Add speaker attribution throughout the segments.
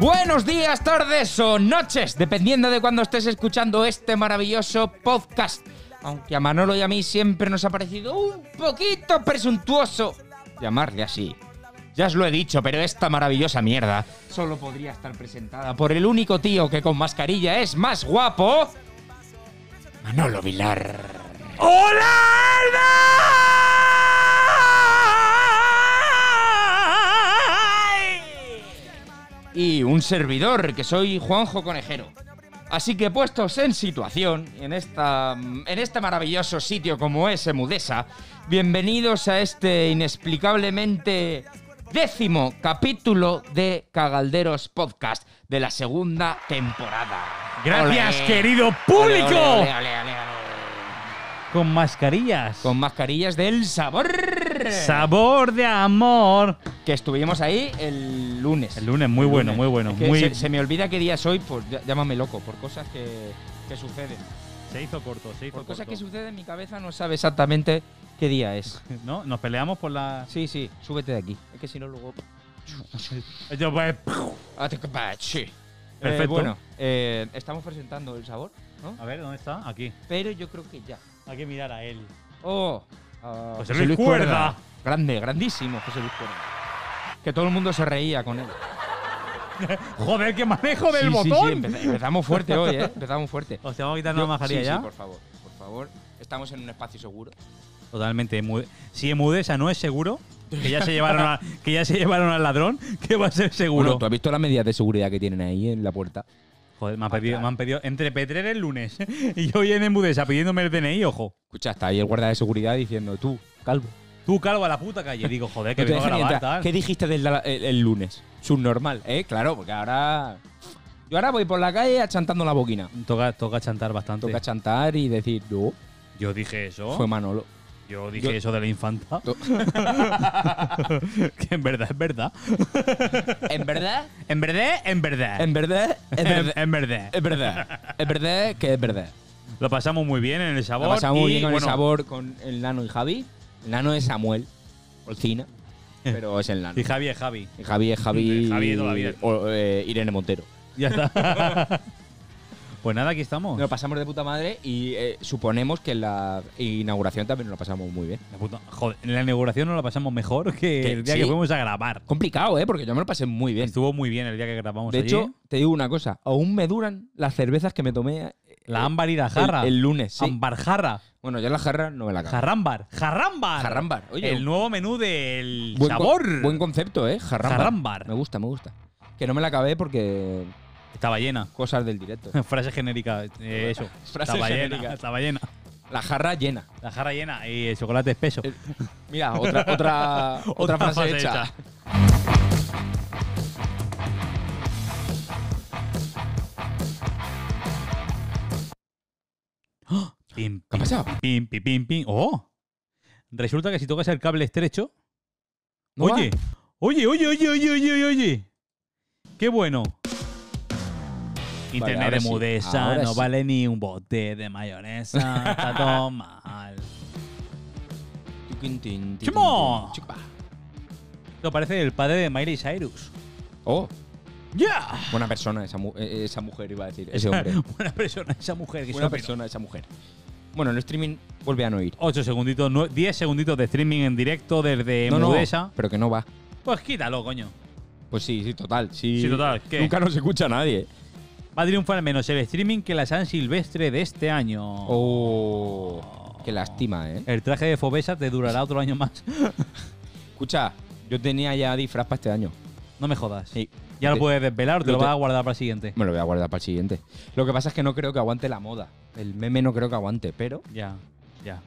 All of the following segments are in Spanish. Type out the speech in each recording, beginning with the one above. Speaker 1: Buenos días, tardes o noches, dependiendo de cuando estés escuchando este maravilloso podcast. Aunque a Manolo y a mí siempre nos ha parecido un poquito presuntuoso llamarle así. Ya os lo he dicho, pero esta maravillosa mierda solo podría estar presentada por el único tío que con mascarilla es más guapo. Manolo Vilar. y un servidor, que soy Juanjo Conejero. Así que puestos en situación, en, esta, en este maravilloso sitio como es Emudesa, bienvenidos a este inexplicablemente décimo capítulo de Cagalderos Podcast de la segunda temporada.
Speaker 2: Gracias,
Speaker 1: Ole.
Speaker 2: querido
Speaker 1: Ole,
Speaker 2: público.
Speaker 1: ole, ole, ole, ole, ole.
Speaker 2: Con mascarillas.
Speaker 1: Con mascarillas del sabor.
Speaker 2: sabor de amor.
Speaker 1: que estuvimos ahí el lunes.
Speaker 2: El lunes, muy bueno, muy bueno,
Speaker 1: Es que
Speaker 2: muy-
Speaker 1: se, se me olvida qué día soy, pues ya- llámame loco, por cosas que, que suceden.
Speaker 2: Se hizo corto, se hizo
Speaker 1: Por
Speaker 2: corto.
Speaker 1: cosas que suceden, mi cabeza no sabe exactamente qué día es.
Speaker 2: ¿No? Nos peleamos por la.
Speaker 1: Sí, sí, súbete de aquí. Es que si no, luego.
Speaker 2: Yo, pues,
Speaker 1: Ah, te- bah, sí. Eh,
Speaker 2: Perfecto. Ah.
Speaker 1: bueno, eh, estamos presentando el sabor, ¿no?
Speaker 2: A ver, ¿dónde está? Aquí.
Speaker 1: Pero yo creo que ya.
Speaker 2: Hay que mirar a él.
Speaker 1: ¡Oh! ah,
Speaker 2: José Luis Cuerda.
Speaker 1: Grande, grandísimo José Luis Cuerda. Que todo el mundo se reía con él.
Speaker 2: Joder, que manejo del
Speaker 1: Sí, sí, sí,
Speaker 2: botón.
Speaker 1: empeza- empezamos fuerte hoy, ¿eh? Empezamos fuerte.
Speaker 2: o sea, vamos a quitarnos la
Speaker 1: Yo-
Speaker 2: mascarilla
Speaker 1: sí,
Speaker 2: ya.
Speaker 1: sí, por favor, por favor. Estamos en un espacio seguro.
Speaker 2: Totalmente. emu- Si Emudesa no es seguro, que ya se llevaron, a- que ya se llevaron al ladrón, que va a ser seguro.
Speaker 1: has visto las medidas de seguridad que tienen ahí en la puerta?
Speaker 2: Joder, me han, pedido, me han pedido entre Petrer el lunes y hoy en Emudesa pidiéndome el DNI, ojo.
Speaker 1: Escucha, está ahí el guarda de seguridad diciendo, tú, calvo.
Speaker 2: Tú calvo a la puta calle. Digo, joder, que
Speaker 1: no te
Speaker 2: vengo a
Speaker 1: dejan ni
Speaker 2: grabar,
Speaker 1: entrar.
Speaker 2: tal.
Speaker 1: ¿Qué dijiste del, el, el lunes? Subnormal, ¿eh? Claro, porque ahora... Yo ahora voy por la calle achantando la boquina.
Speaker 2: Toca, toca chantar bastante.
Speaker 1: Toca chantar y decir, no,
Speaker 2: yo dije eso.
Speaker 1: fue Manolo.
Speaker 2: yo dije
Speaker 1: yo-
Speaker 2: eso de la infanta.
Speaker 1: To-
Speaker 2: que en verdad, es verdad.
Speaker 1: ¿En verdad?
Speaker 2: En verdad, en verdad.
Speaker 1: ¿En verdad? ¿En
Speaker 2: En-
Speaker 1: verdad?
Speaker 2: en verdad.
Speaker 1: ¿Es verdad? ¿Es verdad que es verdad?
Speaker 2: Lo pasamos muy bien en el sabor.
Speaker 1: La pasamos muy
Speaker 2: y,
Speaker 1: bien con
Speaker 2: bueno,
Speaker 1: el sabor con el nano y Javi. El nano es Samuel, Olcina, pero es el nano.
Speaker 2: Y Javi es Javi.
Speaker 1: Y Javi es Javi,
Speaker 2: Javi de toda la vida.
Speaker 1: o, eh, Irene Montero.
Speaker 2: Ya está. pues nada, aquí estamos.
Speaker 1: Nos pasamos de puta madre y eh, suponemos que en la inauguración también nos lo pasamos muy bien.
Speaker 2: La puta- joder, en la inauguración nos la pasamos mejor que
Speaker 1: Que
Speaker 2: el día
Speaker 1: sí.
Speaker 2: que fuimos a grabar.
Speaker 1: Complicado, ¿eh? Porque yo me lo pasé muy bien.
Speaker 2: Estuvo muy bien el día que grabamos
Speaker 1: De
Speaker 2: allí. ¿eh?
Speaker 1: hecho, te digo una cosa, aún me duran las cervezas que me tomé eh,
Speaker 2: la ámbar y la
Speaker 1: el,
Speaker 2: jarra.
Speaker 1: el lunes. sí.
Speaker 2: Ámbar jarra.
Speaker 1: Bueno, yo la jarra no me la cago.
Speaker 2: Jarrambar. Jarrambar.
Speaker 1: Jarrambar, oye.
Speaker 2: El nuevo menú del
Speaker 1: Buen co-
Speaker 2: sabor.
Speaker 1: Buen concepto, ¿eh? Jarrambar.
Speaker 2: Jarrambar.
Speaker 1: Me gusta, me gusta. Que no me la acabé porque
Speaker 2: Estaba llena.
Speaker 1: cosas del directo.
Speaker 2: Frase genérica, eh, eso.
Speaker 1: Frase
Speaker 2: estaba
Speaker 1: genérica.
Speaker 2: llena, estaba llena.
Speaker 1: La jarra llena.
Speaker 2: La jarra llena y el chocolate espeso.
Speaker 1: Eh, Mira, otra, otra, otra, frase, hecha.
Speaker 2: ¡Ah! Pim,
Speaker 1: ¿Qué ha
Speaker 2: pim,
Speaker 1: pasado?
Speaker 2: pim, pim, pim, pim. ¡Oh! Resulta que si tocas el cable estrecho.
Speaker 1: ¿No
Speaker 2: oye, oye, oye, oye, oye, oye, oye, oye. ¡Qué bueno! Internet
Speaker 1: ahora
Speaker 2: de
Speaker 1: sí,
Speaker 2: mudesa,
Speaker 1: ahora
Speaker 2: no
Speaker 1: sí.
Speaker 2: vale ni un bote de mayonesa. Está todo mal.
Speaker 1: Tiquin, tin, tin,
Speaker 2: ¡Chimo!
Speaker 1: tin, tin, chipa.
Speaker 2: Esto parece el padre de Miley Cyrus.
Speaker 1: Oh,
Speaker 2: ¡Ya!
Speaker 1: buena persona esa, mu- eh, esa mujer, iba a decir. Ese hombre.
Speaker 2: Buena persona esa mujer. Que
Speaker 1: buena
Speaker 2: se operó.
Speaker 1: persona esa mujer. Bueno, en el streaming vuelve a no ir.
Speaker 2: Ocho segunditos, nue- 10 segunditos de streaming en directo desde
Speaker 1: no, no,
Speaker 2: Mudesa.
Speaker 1: pero que no va.
Speaker 2: Pues quítalo, coño.
Speaker 1: Pues sí, sí, total. Sí,
Speaker 2: Sí, total, ¿qué?
Speaker 1: Nunca nos escucha nadie.
Speaker 2: Va a triunfar menos el streaming que la San Silvestre de este año.
Speaker 1: Oh, qué lástima, ¿eh?
Speaker 2: El traje de Fobesa te durará otro año más.
Speaker 1: Escucha, yo tenía ya disfraz para este año.
Speaker 2: No me jodas.
Speaker 1: Sí.
Speaker 2: Ya lo
Speaker 1: Te-
Speaker 2: puedes desvelar o te
Speaker 1: lo
Speaker 2: lo,
Speaker 1: te-
Speaker 2: vas a guardar para el siguiente.
Speaker 1: Me lo voy a guardar para el siguiente. Lo que pasa es que no creo que aguante la moda. El meme no creo que aguante, pero.
Speaker 2: Ya, ya.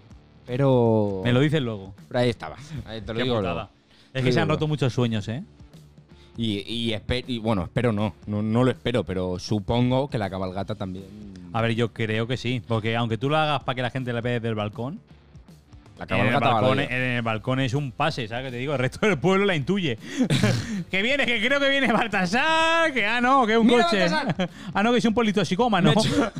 Speaker 1: Pero.
Speaker 2: Me lo dices luego.
Speaker 1: Pero ahí estaba. Ahí Oh. te lo
Speaker 2: Qué
Speaker 1: digo.
Speaker 2: putada.
Speaker 1: luego.
Speaker 2: Es
Speaker 1: Te
Speaker 2: que
Speaker 1: lo
Speaker 2: se han
Speaker 1: digo
Speaker 2: roto muchos sueños, ¿eh?
Speaker 1: Y, y, espe- y bueno, espero no, no. no lo espero, pero supongo que la cabalgata también.
Speaker 2: Ah, A ver, yo creo que sí. Porque aunque tú lo hagas para que la gente la vea desde el balcón,
Speaker 1: La
Speaker 2: En el,
Speaker 1: cabalgata va a la
Speaker 2: balcón,
Speaker 1: olla.
Speaker 2: en el balcón eh, es un pase, ¿sabes qué te digo? El resto del pueblo la intuye. que viene, que creo que viene Baltasar, que ah, no, que es un
Speaker 1: Mira,
Speaker 2: coche.
Speaker 1: Baltasar.
Speaker 2: ah, no, que es un politoxicómano.
Speaker 1: Me echo-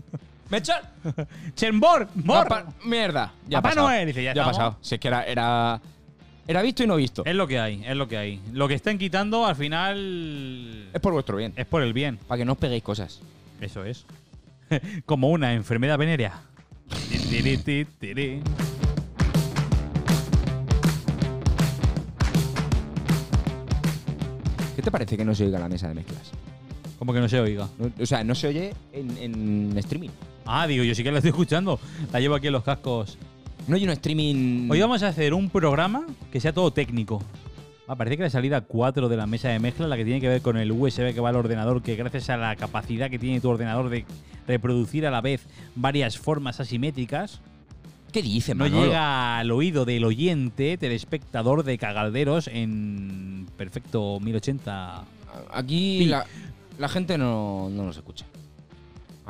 Speaker 1: Me echo-
Speaker 2: Chembor, mor.
Speaker 1: Apa- Mierda. Ya ha
Speaker 2: Papá
Speaker 1: pasado.
Speaker 2: Noel. Dice, ya
Speaker 1: ha
Speaker 2: estamos.
Speaker 1: pasado. Si es que era, era. Era visto y no visto.
Speaker 2: Es lo que hay, es lo que hay. Lo que están quitando al final
Speaker 1: Es por vuestro bien.
Speaker 2: es por el bien.
Speaker 1: Para que no os peguéis cosas.
Speaker 2: Eso es. Como una enfermedad venérea. Tiri, tiri, tiri.
Speaker 1: ¿Qué te parece que no se oiga la mesa de mezclas?
Speaker 2: Como que no se oiga.
Speaker 1: No- o sea, no se oye en, en streaming.
Speaker 2: Ah, digo, yo sí que la estoy escuchando. La llevo aquí en los cascos.
Speaker 1: No hay un streaming.
Speaker 2: Hoy vamos a hacer un programa que sea todo técnico. Ah, parece que la salida 4 de la mesa de mezcla, la que tiene que ver con el USB que va al ordenador, que gracias a la capacidad que tiene tu ordenador de reproducir a la vez varias formas asimétricas,
Speaker 1: ¿Qué dices,
Speaker 2: no
Speaker 1: Manolo?
Speaker 2: llega al oído del oyente, telespectador de Cagalderos en perfecto 1080.
Speaker 1: Aquí
Speaker 2: Pi.
Speaker 1: la, la gente no, no nos escucha.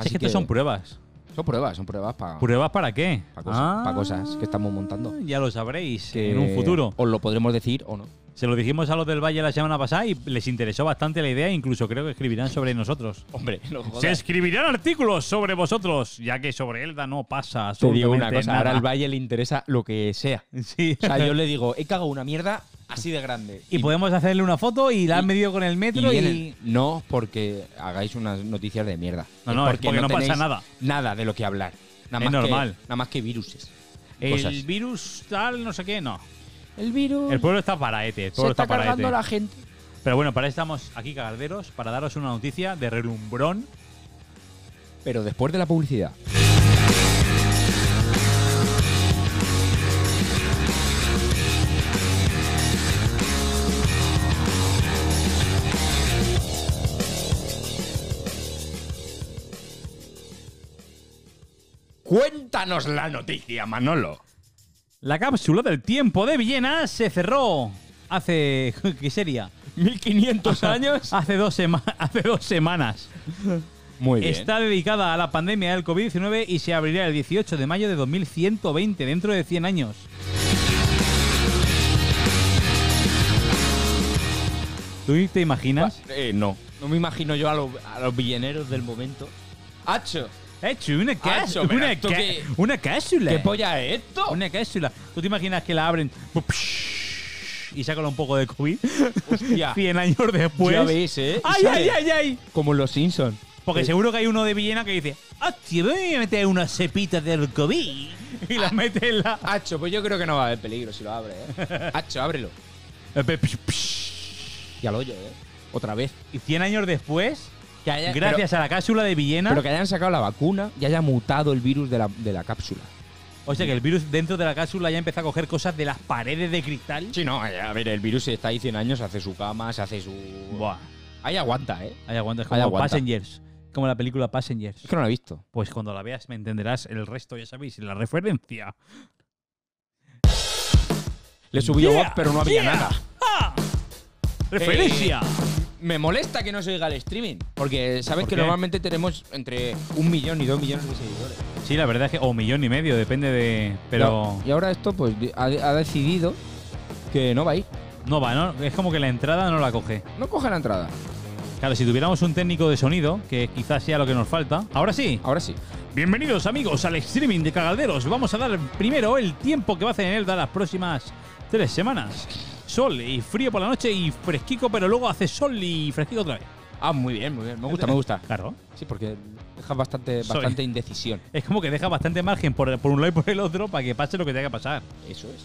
Speaker 2: Si es que, esto son pruebas.
Speaker 1: son pruebas, son pruebas para
Speaker 2: ¿Pruebas para qué?
Speaker 1: Ah. Pa'
Speaker 2: Ah,
Speaker 1: cosas- pa' cosas que estamos montando.
Speaker 2: Ya lo sabréis en un futuro.
Speaker 1: Os Eh, lo podremos decir o no.
Speaker 2: Se lo dijimos a los del Valle la semana pasada y les interesó bastante la idea, incluso creo que escribirán sobre nosotros.
Speaker 1: Hombre, no
Speaker 2: Se escribirán artículos sobre vosotros, ya que sobre Elda no pasa.
Speaker 1: Te digo una
Speaker 2: absolutamente
Speaker 1: cosa,
Speaker 2: nada.
Speaker 1: ahora al Valle le interesa lo que sea.
Speaker 2: Sí.
Speaker 1: O sea, yo le digo, he cagado una mierda así de grande.
Speaker 2: y podemos hacerle una foto y la han
Speaker 1: y-
Speaker 2: medido con el
Speaker 1: y
Speaker 2: metro y.
Speaker 1: vienen. No porque hagáis unas noticias de mierda.
Speaker 2: No, no, es porque no pasa
Speaker 1: tenéis
Speaker 2: nada.
Speaker 1: Nada de lo que hablar. Nada
Speaker 2: Es
Speaker 1: más
Speaker 2: normal.
Speaker 1: Que, nada más que viruses.
Speaker 2: El
Speaker 1: Cosas.
Speaker 2: virus tal, no sé qué, no.
Speaker 1: El virus
Speaker 2: El pueblo está para ETE. El
Speaker 1: se
Speaker 2: pueblo
Speaker 1: está,
Speaker 2: para
Speaker 1: cargando
Speaker 2: ETE.
Speaker 1: la gente.
Speaker 2: Pero bueno, para eso estamos aquí, cagarderos, para daros una noticia de relumbrón.
Speaker 1: Pero después de la publicidad. Cuéntanos la noticia, Manolo.
Speaker 2: La cápsula del tiempo de Villena se cerró hace. ¿Qué sería?
Speaker 1: 1500
Speaker 2: hace, dos sema- hace dos semanas.
Speaker 1: Muy bien.
Speaker 2: Está dedicada a la pandemia del COVID-19 y se abrirá el 18 de mayo de 2120, dentro de 100 años. ¿Tú te imaginas?
Speaker 1: Eh, no. No me imagino yo a, los- a los villaneros del momento. ¡Hacho!
Speaker 2: He hecho una,
Speaker 1: Ah,
Speaker 2: cápsula.
Speaker 1: eso, pero
Speaker 2: una,
Speaker 1: esto
Speaker 2: ca-
Speaker 1: qué-
Speaker 2: una cápsula.
Speaker 1: ¿Qué polla es esto?
Speaker 2: Una cápsula. ¿Tú te imaginas que la abren y sacan un poco de COVID?
Speaker 1: Hostia.
Speaker 2: 100 años después.
Speaker 1: Ya veis, ¿eh? Y
Speaker 2: Pues, ¡Ay, ay,
Speaker 1: sale
Speaker 2: ay, ay!
Speaker 1: Como los Simpsons.
Speaker 2: Porque seguro que hay uno de Villena que dice, ¡hostia, voy a meter unas cepitas del COVID! Y las mete en la...
Speaker 1: Hacho, pues yo creo que no va a haber peligro si lo abre, ¿eh? Hacho, ábrelo. Ya lo oye, ¿eh? Otra vez.
Speaker 2: Y 100 años después,
Speaker 1: Que haya-
Speaker 2: gracias a la cápsula de Villena,
Speaker 1: Pero, pero que hayan sacado la vacuna y haya mutado el virus de la, de la cápsula.
Speaker 2: o sea que el virus dentro de la cápsula ya empezó a coger cosas de las paredes de cristal.
Speaker 1: Sí, no, eh, a ver, el virus está ahí 100 años, hace su cama, se hace su...
Speaker 2: Buah.
Speaker 1: Ahí aguanta, ¿eh?
Speaker 2: Ahí aguanta, es
Speaker 1: Ahí
Speaker 2: como
Speaker 1: aguanta.
Speaker 2: Passengers. Como la película Passengers.
Speaker 1: Es que no lo he visto.
Speaker 2: Pues cuando la veas me entenderás el resto, ya sabéis, la referencia.
Speaker 1: Le subí a
Speaker 2: Yeah,
Speaker 1: voz, pero no había
Speaker 2: yeah.
Speaker 1: nada. Eh.
Speaker 2: ¡Ah! ¡Referencia!
Speaker 1: Me molesta que no se oiga el streaming, porque sabes
Speaker 2: ¿Por
Speaker 1: que
Speaker 2: qué?
Speaker 1: normalmente tenemos entre un millón y dos millones de seguidores.
Speaker 2: Sí, la verdad es que... O millón y medio, depende de... Pero...
Speaker 1: Y ahora esto, pues, ha, ha decidido que no va a ir.
Speaker 2: No va, ¿no? Es como que la entrada no la coge.
Speaker 1: No coge la entrada.
Speaker 2: Claro, si tuviéramos un técnico de sonido, que quizás sea lo que nos falta. Ahora sí.
Speaker 1: Ahora sí.
Speaker 2: Bienvenidos amigos al streaming de Cagalderos. Vamos a dar primero el tiempo que va a hacer en Elda las próximas tres semanas. Sol y frío por la noche y fresquico, pero luego hace sol y fresquico otra vez.
Speaker 1: Ah, muy bien, muy bien. Me gusta, me gusta.
Speaker 2: Claro.
Speaker 1: Sí, porque deja bastante,
Speaker 2: Soy.
Speaker 1: bastante indecisión.
Speaker 2: Es como que deja bastante margen por, por un lado y por el otro para que pase lo que tenga que pasar.
Speaker 1: Eso es.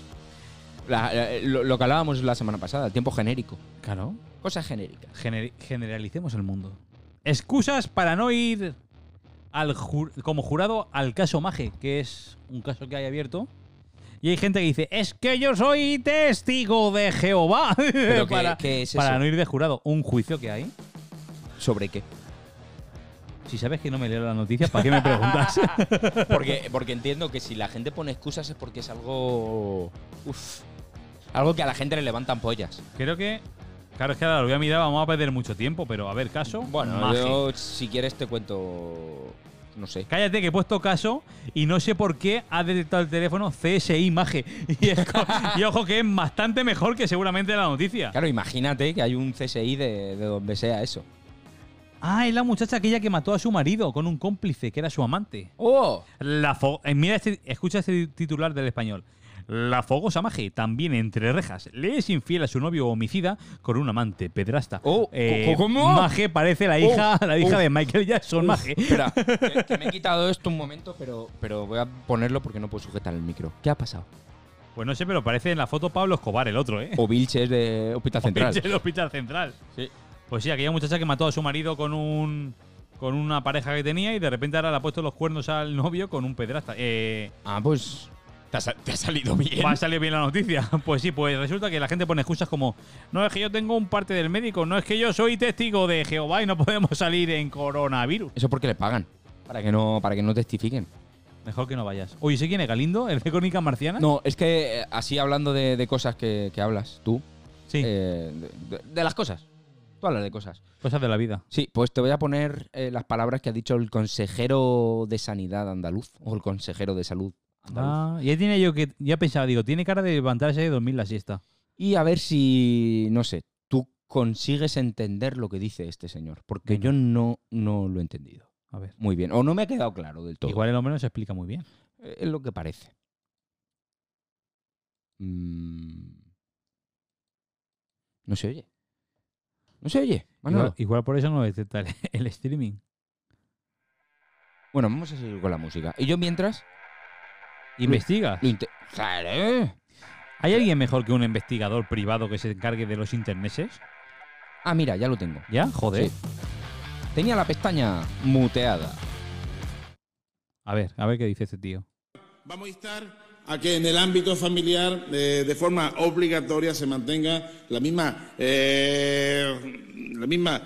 Speaker 1: La- la- lo, lo que hablábamos la semana pasada, tiempo genérico.
Speaker 2: Claro.
Speaker 1: Cosas genéricas.
Speaker 2: Gener- generalicemos el mundo. Excusas para no ir al ju- como jurado al caso Maje, que es un caso que hay abierto. Y hay gente que dice, es que yo soy testigo de Jehová.
Speaker 1: qué- qué es
Speaker 2: para
Speaker 1: eso?
Speaker 2: no ir de jurado. Un juicio que hay.
Speaker 1: ¿Sobre qué?
Speaker 2: Si sabes que no me leo las noticias, ¿para qué me preguntas?
Speaker 1: Porque, porque entiendo que si la gente pone excusas es porque es algo. Uf. Algo que a la gente le levantan pollas.
Speaker 2: Creo que... Claro, es que ahora lo voy a mirar, vamos a perder mucho tiempo, pero a ver, caso.
Speaker 1: Bueno,
Speaker 2: Maje.
Speaker 1: yo si quieres te cuento no sé.
Speaker 2: Cállate que he puesto caso y no sé por qué ha detectado el teléfono CSI Maje. Y, es co- y ojo que es bastante mejor que seguramente la noticia.
Speaker 1: Claro, imagínate que hay un CSI de, de donde sea eso.
Speaker 2: Ah, es la muchacha aquella que mató a su marido con un cómplice que era su amante.
Speaker 1: ¡Oh!
Speaker 2: La fo- eh, Mira este- escucha este titular del español. La fogosa Maje, también entre rejas, le es infiel a su novio homicida con un amante pedrasta.
Speaker 1: Oh, ¿cómo?
Speaker 2: Maje parece la hija,
Speaker 1: Oh,
Speaker 2: la hija
Speaker 1: oh.
Speaker 2: de Michael Jackson,
Speaker 1: Uf,
Speaker 2: Maje.
Speaker 1: Espera, que, que me he quitado esto un momento, pero, pero voy a ponerlo porque no puedo sujetar el micro. ¿Qué ha pasado?
Speaker 2: Pues no sé, pero parece en la foto Pablo Escobar, el otro, ¿eh?
Speaker 1: O Vilches de Hospital Central.
Speaker 2: Pinche El hospital central.
Speaker 1: Sí.
Speaker 2: Pues sí, aquella muchacha que mató a su marido con un con una pareja que tenía y de repente ahora le ha puesto los cuernos al novio con un pedrasta. Eh,
Speaker 1: Ah, pues. Te ha, sa- te ha salido bien.
Speaker 2: ¿Va a salir bien la noticia? Pues sí, pues resulta que la gente pone excusas como no es que yo tengo un parte del médico, no es que yo soy testigo de Jehová y no podemos salir en coronavirus.
Speaker 1: Eso porque le pagan. Para que no, para que no testifiquen.
Speaker 2: Mejor que no vayas. Oye, ¿sí quién es Galindo? ¿El de Crónica Marciana?
Speaker 1: No, es que eh, así hablando de, de cosas que, que hablas tú,
Speaker 2: Sí,
Speaker 1: eh, de, de- de las cosas. Tú hablas de cosas.
Speaker 2: cosas de la vida.
Speaker 1: Sí, pues te voy a poner eh, las palabras que ha dicho el consejero de Sanidad andaluz o el consejero de Salud andaluz.
Speaker 2: Ah, ya tiene yo que ya pensaba, digo, tiene cara de levantarse de dormir la siesta.
Speaker 1: Y a ver si, no sé, tú consigues entender lo que dice este señor, porque
Speaker 2: Venga.
Speaker 1: yo no, no lo he entendido
Speaker 2: A ver.
Speaker 1: muy bien, o no me ha quedado claro del todo.
Speaker 2: Igual el hombre no se explica muy bien.
Speaker 1: Eh, Es lo que parece. Mm. No se oye. No se oye. Manolo.
Speaker 2: Igual, igual por eso no detecta el, el streaming.
Speaker 1: Bueno, vamos a seguir con la música. Y yo mientras...
Speaker 2: Investiga.
Speaker 1: lo inte- ¡Claro!
Speaker 2: ¿Hay alguien mejor que un investigador privado que se encargue de los interneses?
Speaker 1: Ah, mira, ya lo tengo.
Speaker 2: ¿Ya? Joder.
Speaker 1: Sí. Tenía la pestaña muteada.
Speaker 2: A ver, a ver qué dice este tío.
Speaker 3: Vamos a instar a que en el ámbito familiar eh, de forma obligatoria se mantenga la misma, eh, la misma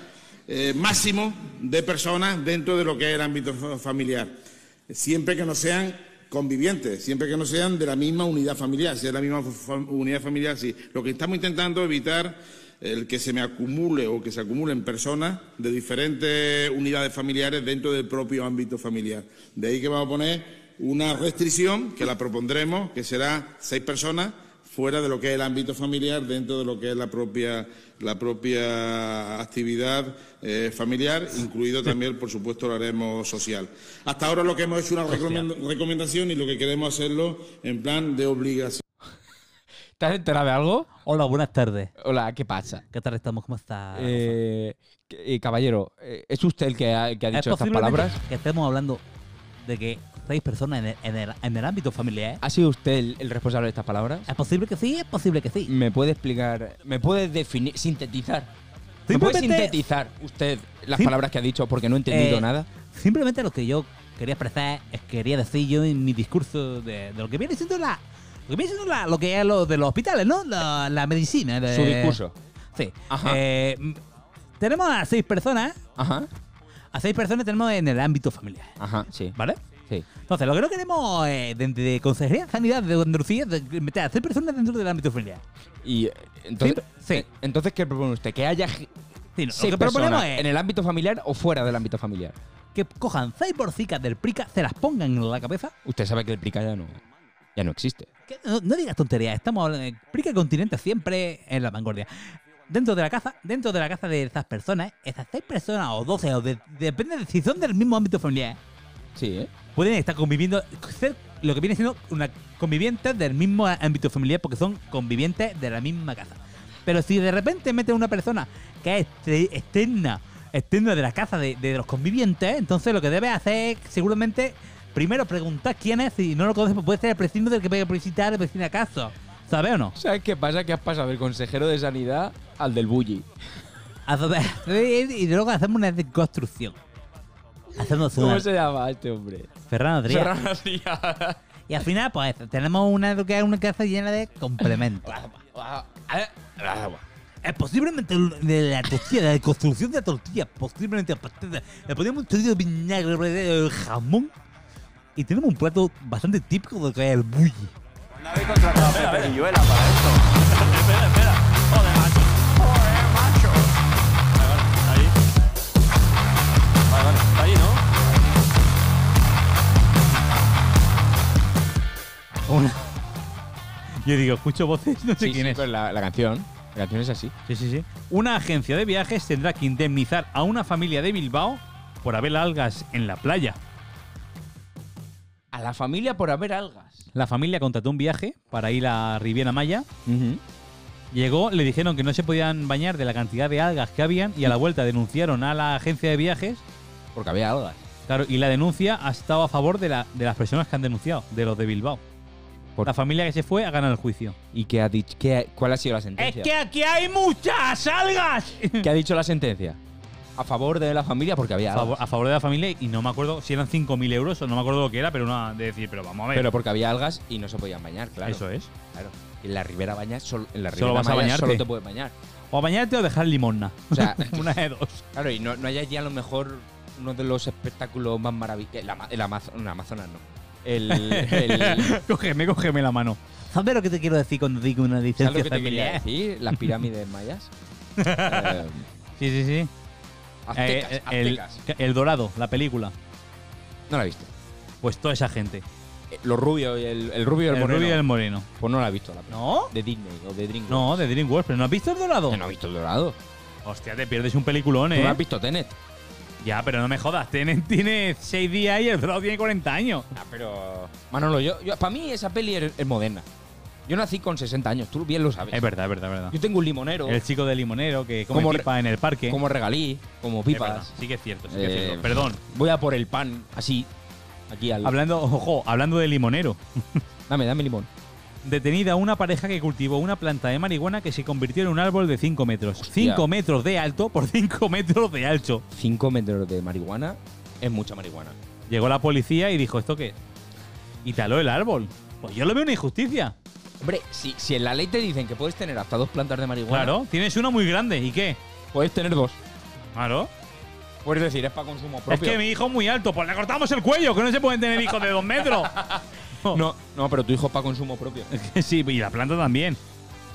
Speaker 3: eh, máximo de personas dentro de lo que es el ámbito fa- familiar, siempre que no sean convivientes, siempre que no sean de la misma unidad familiar, si es la misma fa- unidad familiar, sí. Lo que estamos intentando evitar el que se me acumule o que se acumulen personas de diferentes unidades familiares dentro del propio ámbito familiar. De ahí que vamos a poner una restricción que la propondremos, que será seis personas fuera de lo que es el ámbito familiar, dentro de lo que es la propia, la propia actividad eh, familiar, incluido también, por supuesto, lo haremos social. Hasta ahora lo que hemos hecho es una recomend- recomendación y lo que queremos hacerlo en plan de obligación.
Speaker 1: ¿Te has enterado de algo?
Speaker 2: Hola, buenas tardes.
Speaker 1: Hola, ¿qué pasa?
Speaker 2: ¿Qué tal estamos? ¿Cómo está?
Speaker 1: Eh, que- eh, caballero, eh, ¿es usted el que ha, el que ha dicho estas palabras?
Speaker 2: Que estemos hablando de que seis personas en el, en el- en el ámbito familiar. ¿eh?
Speaker 1: ¿Ha sido usted el, el responsable de estas palabras?
Speaker 2: ¿Es posible que sí? ¿Es posible que sí?
Speaker 1: ¿Me puede explicar, me puede definir, sintetizar? ¿Me puede
Speaker 2: Simplemente-
Speaker 1: sintetizar usted las
Speaker 2: Sim-
Speaker 1: palabras que ha dicho porque no he entendido
Speaker 2: Eh,
Speaker 1: nada?
Speaker 2: Simplemente lo que yo quería expresar es quería decir yo en mi discurso de, de lo que viene siendo la. Lo que viene siendo la- lo que es lo de los hospitales, ¿no? La, la medicina. de-
Speaker 1: Su discurso.
Speaker 2: Sí.
Speaker 1: Ajá.
Speaker 2: Eh, m- tenemos a seis personas.
Speaker 1: Ajá,
Speaker 2: A seis personas tenemos en el ámbito familiar.
Speaker 1: ajá, sí,
Speaker 2: ¿Vale?
Speaker 1: sí.
Speaker 2: Entonces, lo que no queremos eh, de, de Consejería de Sanidad de Andalucía es de meter a seis personas dentro del ámbito familiar.
Speaker 1: Y eh, entonces,
Speaker 2: Sí, sí.
Speaker 1: eh, entonces ¿qué propone usted? ¿Que haya ge-
Speaker 2: Sí, no,
Speaker 1: seis
Speaker 2: lo que proponemos
Speaker 1: personas
Speaker 2: es
Speaker 1: en el ámbito familiar o fuera del ámbito familiar?
Speaker 2: que cojan seis porcicas del prica, se las pongan en la cabeza.
Speaker 1: Usted sabe que el PRICA ya no, ya no existe.
Speaker 2: Que no, no digas tonterías, estamos hablando de prica continente siempre en la vanguardia. Dentro de la casa, dentro de la casa de esas personas, esas seis personas o doce, o de- depende de si son del mismo ámbito familiar,
Speaker 1: Sí, ¿eh?
Speaker 2: pueden estar conviviendo, ser lo que viene siendo una convivientes del mismo ámbito familiar porque son convivientes de la misma casa. Pero si de repente mete una persona que es estre- externa, externa de la casa de, de los convivientes, entonces lo que debe hacer es seguramente primero preguntar quién es, si no lo conoces, pues puede ser el vecino del que pega publicitar, el vecino acaso. ¿Sabes o no?
Speaker 1: ¿Sabes qué pasa? Que has pasado del consejero de sanidad al del bully.
Speaker 2: A saber, Y luego hacemos una desconstrucción. Hacemos
Speaker 1: ¿Cómo
Speaker 2: una.
Speaker 1: se llama este hombre?
Speaker 2: Ferran Adrià.
Speaker 1: Serrano Díaz.
Speaker 2: Y al final, pues tenemos una, lo que es una casa llena de complementos. Eh, posiblemente el- de la tortilla, de la construcción de la tortilla, posiblemente aparte de- le ponemos un chorizo de vinagre, eh, jamón. Y tenemos un plato bastante típico de lo que es el bulli.
Speaker 4: No habéis contratado a Pepe Villuela para esto. espera, espera. Joder, macho. Joder, macho. Ahí. Vale, vale. Ahí, ¿no?
Speaker 2: Una- Yo digo, escucho voces, no sé
Speaker 1: Sí,
Speaker 2: quién
Speaker 1: sí,
Speaker 2: es.
Speaker 1: pero la, la canción. La canción es así.
Speaker 2: Sí, sí, sí. Una agencia de viajes tendrá que indemnizar a una familia de Bilbao por haber algas en la playa.
Speaker 5: A la familia por haber algas.
Speaker 2: La familia contrató un viaje para ir a Riviera Maya. Llegó, le dijeron que no se podían bañar de la cantidad de algas que habían y a la vuelta denunciaron a la agencia de viajes.
Speaker 1: Porque había algas.
Speaker 2: Claro, y la denuncia ha estado a favor de, la- de las personas que han denunciado, de los de Bilbao.
Speaker 1: Por-
Speaker 2: La familia que se fue ha ganado el juicio.
Speaker 1: ¿Y qué ha dicho? qué ha- ¿Cuál ha sido la sentencia?
Speaker 2: aquí hay muchas algas!
Speaker 1: ¿Qué ha dicho la sentencia? A favor de la familia porque había
Speaker 2: A
Speaker 1: algas.
Speaker 2: favor, a favor de la familia y no me acuerdo si eran 5.000 euros o no me acuerdo lo que era, pero una de decir, pero vamos a ver.
Speaker 1: Pero porque había algas y no se podían bañar, claro.
Speaker 2: Eso es.
Speaker 1: Claro. En la ribera baña solo, en la
Speaker 2: Solo
Speaker 1: ribera
Speaker 2: vas a
Speaker 1: Maya
Speaker 2: bañarte.
Speaker 1: solo te puedes bañar.
Speaker 2: O bañarte o dejar limosna.
Speaker 1: O sea,
Speaker 2: una de dos.
Speaker 1: claro, y no, no hay allí a lo mejor uno de los espectáculos más maravillosos. El, Ama- el Amazo- no, Amazonas no. El, el-
Speaker 2: cógeme, cógeme la mano. ¿Sabes lo que te quiero decir cuando digo una
Speaker 1: ¿Sabes lo que te quería decir? Las pirámides mayas. Eh,
Speaker 2: Sí, sí, sí.
Speaker 1: aztecas,
Speaker 2: Eh, el,
Speaker 1: aztecas.
Speaker 2: el Dorado, la película.
Speaker 1: No la he visto.
Speaker 2: Pues toda esa gente.
Speaker 1: Eh, Los rubios y el, el rubio y el,
Speaker 2: El
Speaker 1: moreno.
Speaker 2: Rubio y el Moreno.
Speaker 1: Pues no la he visto. La película.
Speaker 2: ¿No?
Speaker 1: De Disney o de Dreamworks.
Speaker 2: No, de DreamWorks, pero ¿no has visto el Dorado?
Speaker 1: Que no he visto el dorado.
Speaker 2: Hostia, te pierdes un peliculón,
Speaker 1: ¿Tú
Speaker 2: eh.
Speaker 1: no has visto Tenet?
Speaker 2: Ya, pero no me jodas. Tiene, tiene 6 días y el Dorado tiene 40 años.
Speaker 1: Ah, pero. Manolo, yo, yo, para mí esa peli es, es moderna. Yo nací con 60 años, tú bien lo sabes.
Speaker 2: Es verdad, es verdad, es verdad.
Speaker 1: Pues Yo tengo un limonero
Speaker 2: El chico de limonero que come
Speaker 1: Como re-
Speaker 2: pipa en el parque.
Speaker 1: como regalí, como
Speaker 2: Es verdad,
Speaker 1: pipas.
Speaker 2: sí que es cierto, sí que es
Speaker 1: Eh,
Speaker 2: cierto. Perdón.
Speaker 1: Voy a por el pan, así, aquí al.
Speaker 2: Hablando, ojo, hablando de limonero.
Speaker 1: Dame, dame limón.
Speaker 2: Detenida una pareja que cultivó una planta de marihuana que se convirtió en un árbol de 5 metros. 5 metros de alto por 5 metros de ancho.
Speaker 1: 5 metros de marihuana es mucha marihuana.
Speaker 2: Llegó la policía y dijo, ¿esto qué? es?". Y taló el árbol. Pues yo lo veo una injusticia.
Speaker 1: Hombre, si, si en la ley te dicen que puedes tener hasta dos plantas de marihuana,
Speaker 2: Claro, tienes una muy grande. ¿Y qué?
Speaker 1: puedes tener dos.
Speaker 2: Claro.
Speaker 1: Puedes decir, es para consumo
Speaker 2: Es
Speaker 1: propio.
Speaker 2: que mi hijo es muy alto, pues le cortamos el cuello, que no se pueden tener hijos de 2 metros.
Speaker 1: no, no, pero tu hijo es para consumo propio.
Speaker 2: sí, y la planta también.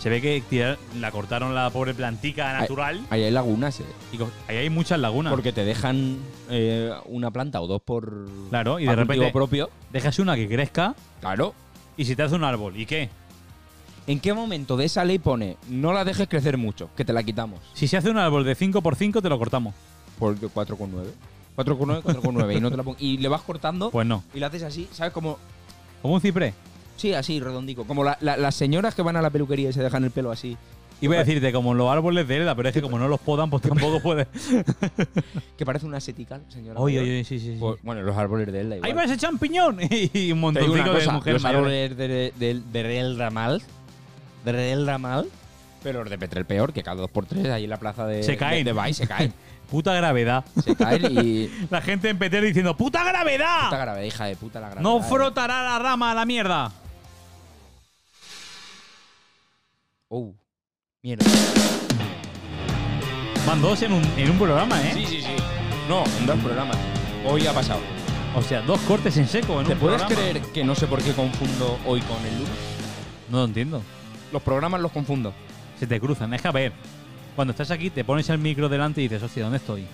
Speaker 2: Se ve que tirar- la cortaron la pobre plantica natural.
Speaker 1: Ahí hay lagunas, eh,
Speaker 2: Y co- ahí hay muchas lagunas.
Speaker 1: porque te dejan eh, una planta o dos por.
Speaker 2: Claro, y de
Speaker 1: para cultivo
Speaker 2: repente-
Speaker 1: propio.
Speaker 2: Dejas una que crezca
Speaker 1: Claro.
Speaker 2: y si te hace un árbol. ¿Y qué?
Speaker 1: ¿En qué momento de esa ley pone no la dejes crecer mucho, que te la quitamos?
Speaker 2: Si se hace un árbol de 5x5, te lo cortamos.
Speaker 1: Por 4,9. 4,9, 4,9. y, no te la pon- y le vas cortando
Speaker 2: Pues no.
Speaker 1: y la haces así, ¿sabes? Como.
Speaker 2: Como un ciprés.
Speaker 1: Sí, así, redondico. Como la- la- las señoras que van a la peluquería y se dejan el pelo así.
Speaker 2: Iba a decirte, como los árboles de Elda, pero es que como no los podan, pues tampoco puedes.
Speaker 1: Que parece una setical, señora.
Speaker 2: Oye,
Speaker 1: mayor.
Speaker 2: oye, sí, sí. sí.
Speaker 1: Pues, bueno, los árboles de Elda igual.
Speaker 2: Ahí va ese champiñón. y un
Speaker 1: Te digo una
Speaker 2: montoncito de
Speaker 1: cosa, los
Speaker 2: mujeres mayores.
Speaker 1: árboles de, de, de El Ramal. De El Ramal. Pero los de Petrel Peor, que cada dos por tres ahí en la plaza de.
Speaker 2: Se caen.
Speaker 1: De, de Baix se caen.
Speaker 2: Puta gravedad.
Speaker 1: Se caen y.
Speaker 2: La gente en Petero diciendo, ¡puta gravedad!
Speaker 1: Puta gravedad, hija de puta la gravedad.
Speaker 2: no
Speaker 1: eh.
Speaker 2: frotará la rama a la mierda.
Speaker 1: Oh. Mierda.
Speaker 2: Van dos en un, en un programa, ¿eh?
Speaker 1: Sí, sí, sí. No, en dos programas. Hoy ha pasado.
Speaker 2: O sea, dos cortes en seco en
Speaker 1: ¿Te
Speaker 2: un
Speaker 1: puedes
Speaker 2: programa.
Speaker 1: creer que no sé por qué confundo hoy con el lunes?
Speaker 2: No lo entiendo.
Speaker 1: Los programas los confundo.
Speaker 2: Se te cruzan. Es que a ver, cuando estás aquí, te pones el micro delante y dices, hostia, ¿dónde estoy?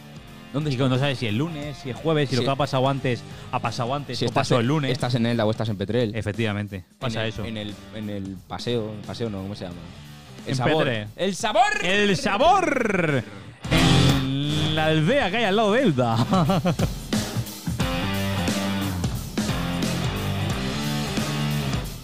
Speaker 2: ¿Dónde estoy? No sabes si es lunes, si es jueves, si lo
Speaker 1: Sí.
Speaker 2: que ha pasado antes ha pasado antes
Speaker 1: Si
Speaker 2: o
Speaker 1: estás
Speaker 2: pasó el
Speaker 1: en-
Speaker 2: lunes.
Speaker 1: Estás en Elda o estás en Petrel.
Speaker 2: Efectivamente, pasa
Speaker 1: en el,
Speaker 2: eso.
Speaker 1: En el, en el paseo, el paseo no, ¿cómo se llama? El
Speaker 2: En Eh.
Speaker 1: sabor.
Speaker 2: Petrel.
Speaker 1: El sabor.
Speaker 2: ¡El sabor! En la aldea que hay al lado de Elda.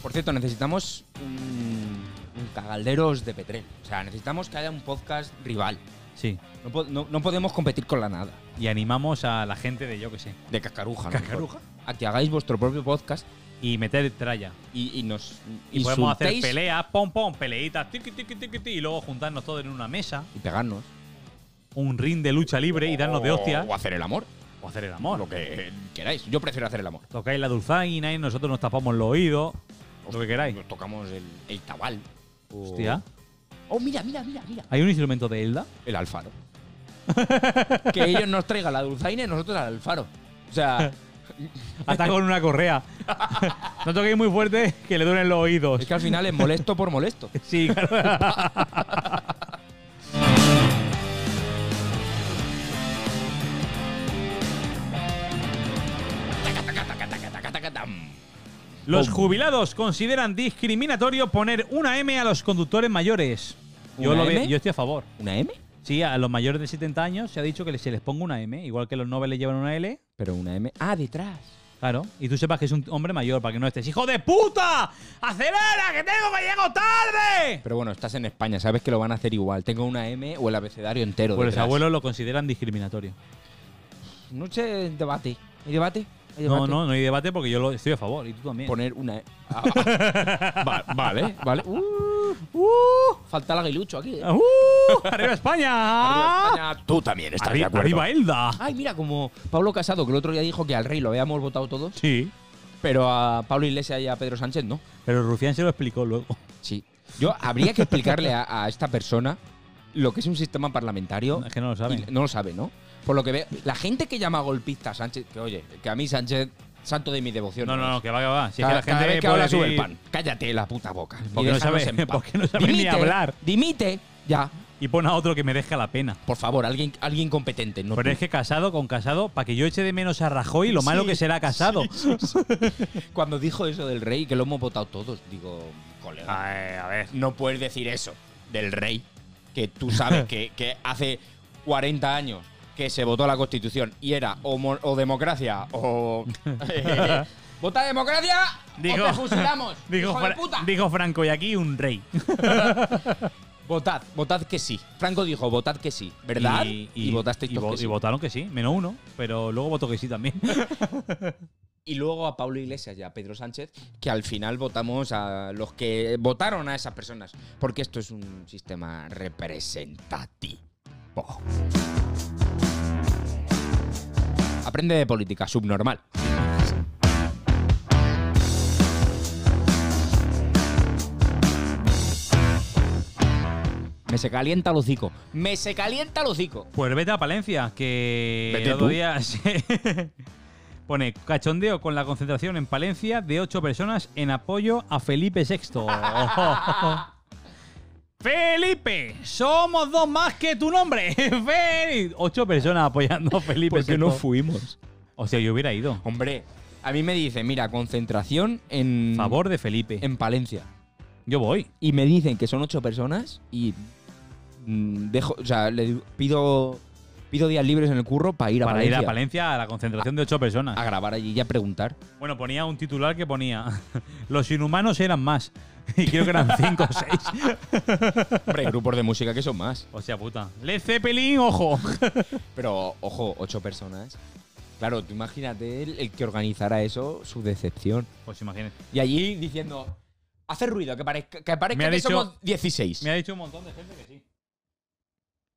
Speaker 1: Por cierto, necesitamos un, un cagalderos de Petrel. O sea, necesitamos que haya un podcast rival.
Speaker 2: sí.
Speaker 1: No, po- no- no podemos competir con la nada.
Speaker 2: Y animamos a la gente de yo que sé.
Speaker 1: De cascaruja. ¿no?
Speaker 2: Cascaruja.
Speaker 1: A que hagáis vuestro propio podcast
Speaker 2: Y meter tralla.
Speaker 1: y, y nos
Speaker 2: Y podemos hacer
Speaker 1: insultéis
Speaker 2: peleas, pom pom, peleitas, tiqui, tiqui, tiqui, tiqui, y luego juntarnos todos en una mesa,
Speaker 1: y pegarnos.
Speaker 2: un ring de lucha libre y darnos de hostias.
Speaker 1: O hacer el amor.
Speaker 2: O hacer el amor.
Speaker 1: Oh, Lo que queráis. Yo prefiero hacer el amor.
Speaker 2: Tocáis la dulzaina y nosotros nos tapamos los oídos. Lo que queráis.
Speaker 1: Nos tocamos el, el tabal. O-
Speaker 2: Hostia.
Speaker 1: Oh, mira, mira, mira, mira.
Speaker 2: ¿Hay un instrumento de Elda?
Speaker 1: El alfaro. que ellos nos traigan la dulzaina y nosotros al alfaro. O sea,
Speaker 2: Hasta con una correa. no toquéis muy fuerte que le duelen los oídos.
Speaker 1: es que al final es molesto por molesto.
Speaker 2: Sí, claro. Los jubilados consideran discriminatorio poner una M a los conductores mayores. Yo,
Speaker 1: ¿Una
Speaker 2: lo veo-
Speaker 1: M?
Speaker 2: yo estoy a favor.
Speaker 1: ¿Una M?
Speaker 2: Sí, a los mayores de 70 años se ha dicho que se les ponga una M, igual que los nobles le llevan una L.
Speaker 1: Pero una M. Ah, detrás.
Speaker 2: Claro, y tú sepas que es un hombre mayor para que no estés. ¡Hijo de puta! ¡Acelera! ¡Que tengo que llego tarde!
Speaker 1: Pero bueno, estás en España, sabes que lo van a hacer igual. Tengo una M o el abecedario entero.
Speaker 2: Pues los
Speaker 1: detrás.
Speaker 2: abuelos lo consideran discriminatorio.
Speaker 1: Noche debate. ¿Hay debate? ¿Hay
Speaker 2: No,
Speaker 1: debate?
Speaker 2: no, no hay debate porque yo lo estoy a favor y tú también.
Speaker 1: Poner una E. Ah, va- vale, vale. Uh, falta el aguilucho aquí. eh.
Speaker 2: ¡Uh! ¡Arriba España!
Speaker 1: Arriba España, tú también estás de
Speaker 2: Ah. Arri-
Speaker 1: acuerdo.
Speaker 2: ¡Arriba eh. Elda!
Speaker 1: Ay, mira, como Pablo Casado, que el otro día dijo que al rey lo habíamos votado todos,
Speaker 2: Sí,
Speaker 1: pero a Pablo Iglesias y a Pedro Sánchez no.
Speaker 2: pero Rufián se lo explicó luego.
Speaker 1: Sí. Yo habría que explicarle a, a esta persona lo que es un sistema parlamentario.
Speaker 2: Es que no lo saben.
Speaker 1: Y No lo sabe, ¿no? Por lo que veo, la gente que llama golpista a Sánchez, que oye, que a mí Sánchez, santo de mi devoción.
Speaker 2: No, no, no,
Speaker 1: es.
Speaker 2: que va, que va. Si es
Speaker 1: cada,
Speaker 2: que la gente
Speaker 1: cada vez que
Speaker 2: puede
Speaker 1: habla sube el
Speaker 2: decir-
Speaker 1: pan. Cállate la puta boca. y
Speaker 2: Porque no
Speaker 1: déjanos
Speaker 2: sabe-
Speaker 1: en paz.
Speaker 2: porque no sabe ni hablar.
Speaker 1: Dimite, ya.
Speaker 2: Y pone a otro que me deja la pena.
Speaker 1: Por favor, alguien, alguien competente. No
Speaker 2: Pero
Speaker 1: tú.
Speaker 2: es que casado con casado, para que yo eche de menos a Rajoy, lo malo que será casado.
Speaker 1: Cuando dijo eso del rey, que lo hemos votado todos, digo, colega,
Speaker 2: Ay, a ver.
Speaker 1: no puedes decir eso del rey, que tú sabes que, que hace 40 años que se votó la constitución y era o, mo- o democracia o. ¡Vota democracia! ¡O te fusilamos!
Speaker 2: digo,
Speaker 1: ¡Hijo de
Speaker 2: Fra-
Speaker 1: puta!
Speaker 2: digo Franco, y aquí un rey.
Speaker 1: Votad, votad que sí. Franco dijo, votad que sí, ¿verdad? Y, votasteis
Speaker 2: y,
Speaker 1: todos
Speaker 2: vo-
Speaker 1: que sí.
Speaker 2: y votaron que sí, menos uno, pero luego votó que sí también.
Speaker 1: y luego a Pablo Iglesias y a Pedro Sánchez, que al final votamos a los que votaron a esas personas, porque esto es un sistema representativo. Aprende de política, subnormal. Me se calienta el hocico. Me se calienta el hocico.
Speaker 2: Pues vete a Palencia, que
Speaker 1: Vete
Speaker 2: el otro
Speaker 1: tú.
Speaker 2: día se- pone cachondeo con la concentración en Palencia de ocho personas en apoyo a Felipe VI. Felipe, somos dos más que tu nombre. Felipe. Ocho personas apoyando a Felipe VI.
Speaker 1: fuimos?
Speaker 2: O sea, yo hubiera ido.
Speaker 1: Hombre, a mí me dice, mira, concentración en.
Speaker 2: Favor de Felipe.
Speaker 1: en Palencia.
Speaker 2: Yo voy.
Speaker 1: Y me dicen que son ocho personas y mm, dejo, o sea, le digo- pido pido días libres en el curro para ir a
Speaker 2: para
Speaker 1: Palencia. Ah.
Speaker 2: ir a Palencia a la concentración de ocho personas.
Speaker 1: a grabar allí y a preguntar.
Speaker 2: Bueno, ponía un titular que ponía: Los inhumanos eran más. Y creo que eran cinco o seis.
Speaker 1: Hombre, hay grupos de música que son más.
Speaker 2: O sea, puta. Led Zeppelin, ojo.
Speaker 1: Pero, ojo, ocho personas. Claro, tú imagínate el, el que organizara eso, su decepción.
Speaker 2: Pues imagínate.
Speaker 1: Y allí diciendo, hace ruido, que parezca que, parezca
Speaker 2: Me ha
Speaker 1: que
Speaker 2: dicho-
Speaker 1: somos 16.
Speaker 2: Me ha dicho un montón de gente que sí.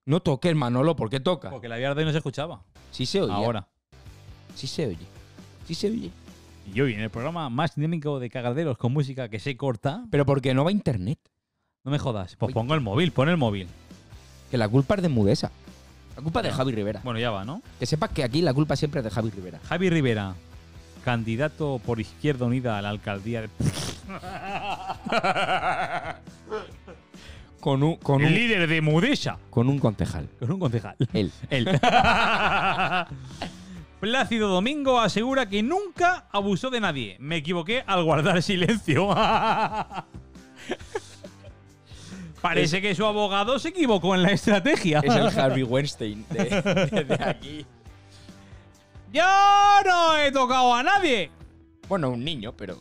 Speaker 1: No toques, Manolo, ¿por qué toca?
Speaker 2: Porque la vía de no se escuchaba.
Speaker 1: Sí se oye.
Speaker 2: Ahora.
Speaker 1: Sí se oye. Sí se oye.
Speaker 2: Y hoy en el programa más dinámico de cagarderos con música que se corta.
Speaker 1: Pero porque no va internet.
Speaker 2: No me jodas. Pues pongo el móvil, pon el móvil.
Speaker 1: Que la culpa es de Mudesa. La culpa es de Javi Rivera.
Speaker 2: Bueno, ya va, ¿no?
Speaker 1: Que sepas que aquí la culpa siempre es de Javi Rivera.
Speaker 2: Javi Rivera, candidato por Izquierda Unida a la alcaldía de.
Speaker 1: Con un, con
Speaker 2: El líder de Mudesa.
Speaker 1: con un concejal.
Speaker 2: Con un concejal.
Speaker 1: Él.
Speaker 2: Él. Plácido Domingo asegura que nunca abusó de nadie. Me equivoqué al guardar silencio. Parece que su abogado se equivocó en la estrategia.
Speaker 1: Es el Harvey Weinstein de, de- de aquí.
Speaker 2: Yo no he tocado a nadie.
Speaker 1: Bueno, un niño, pero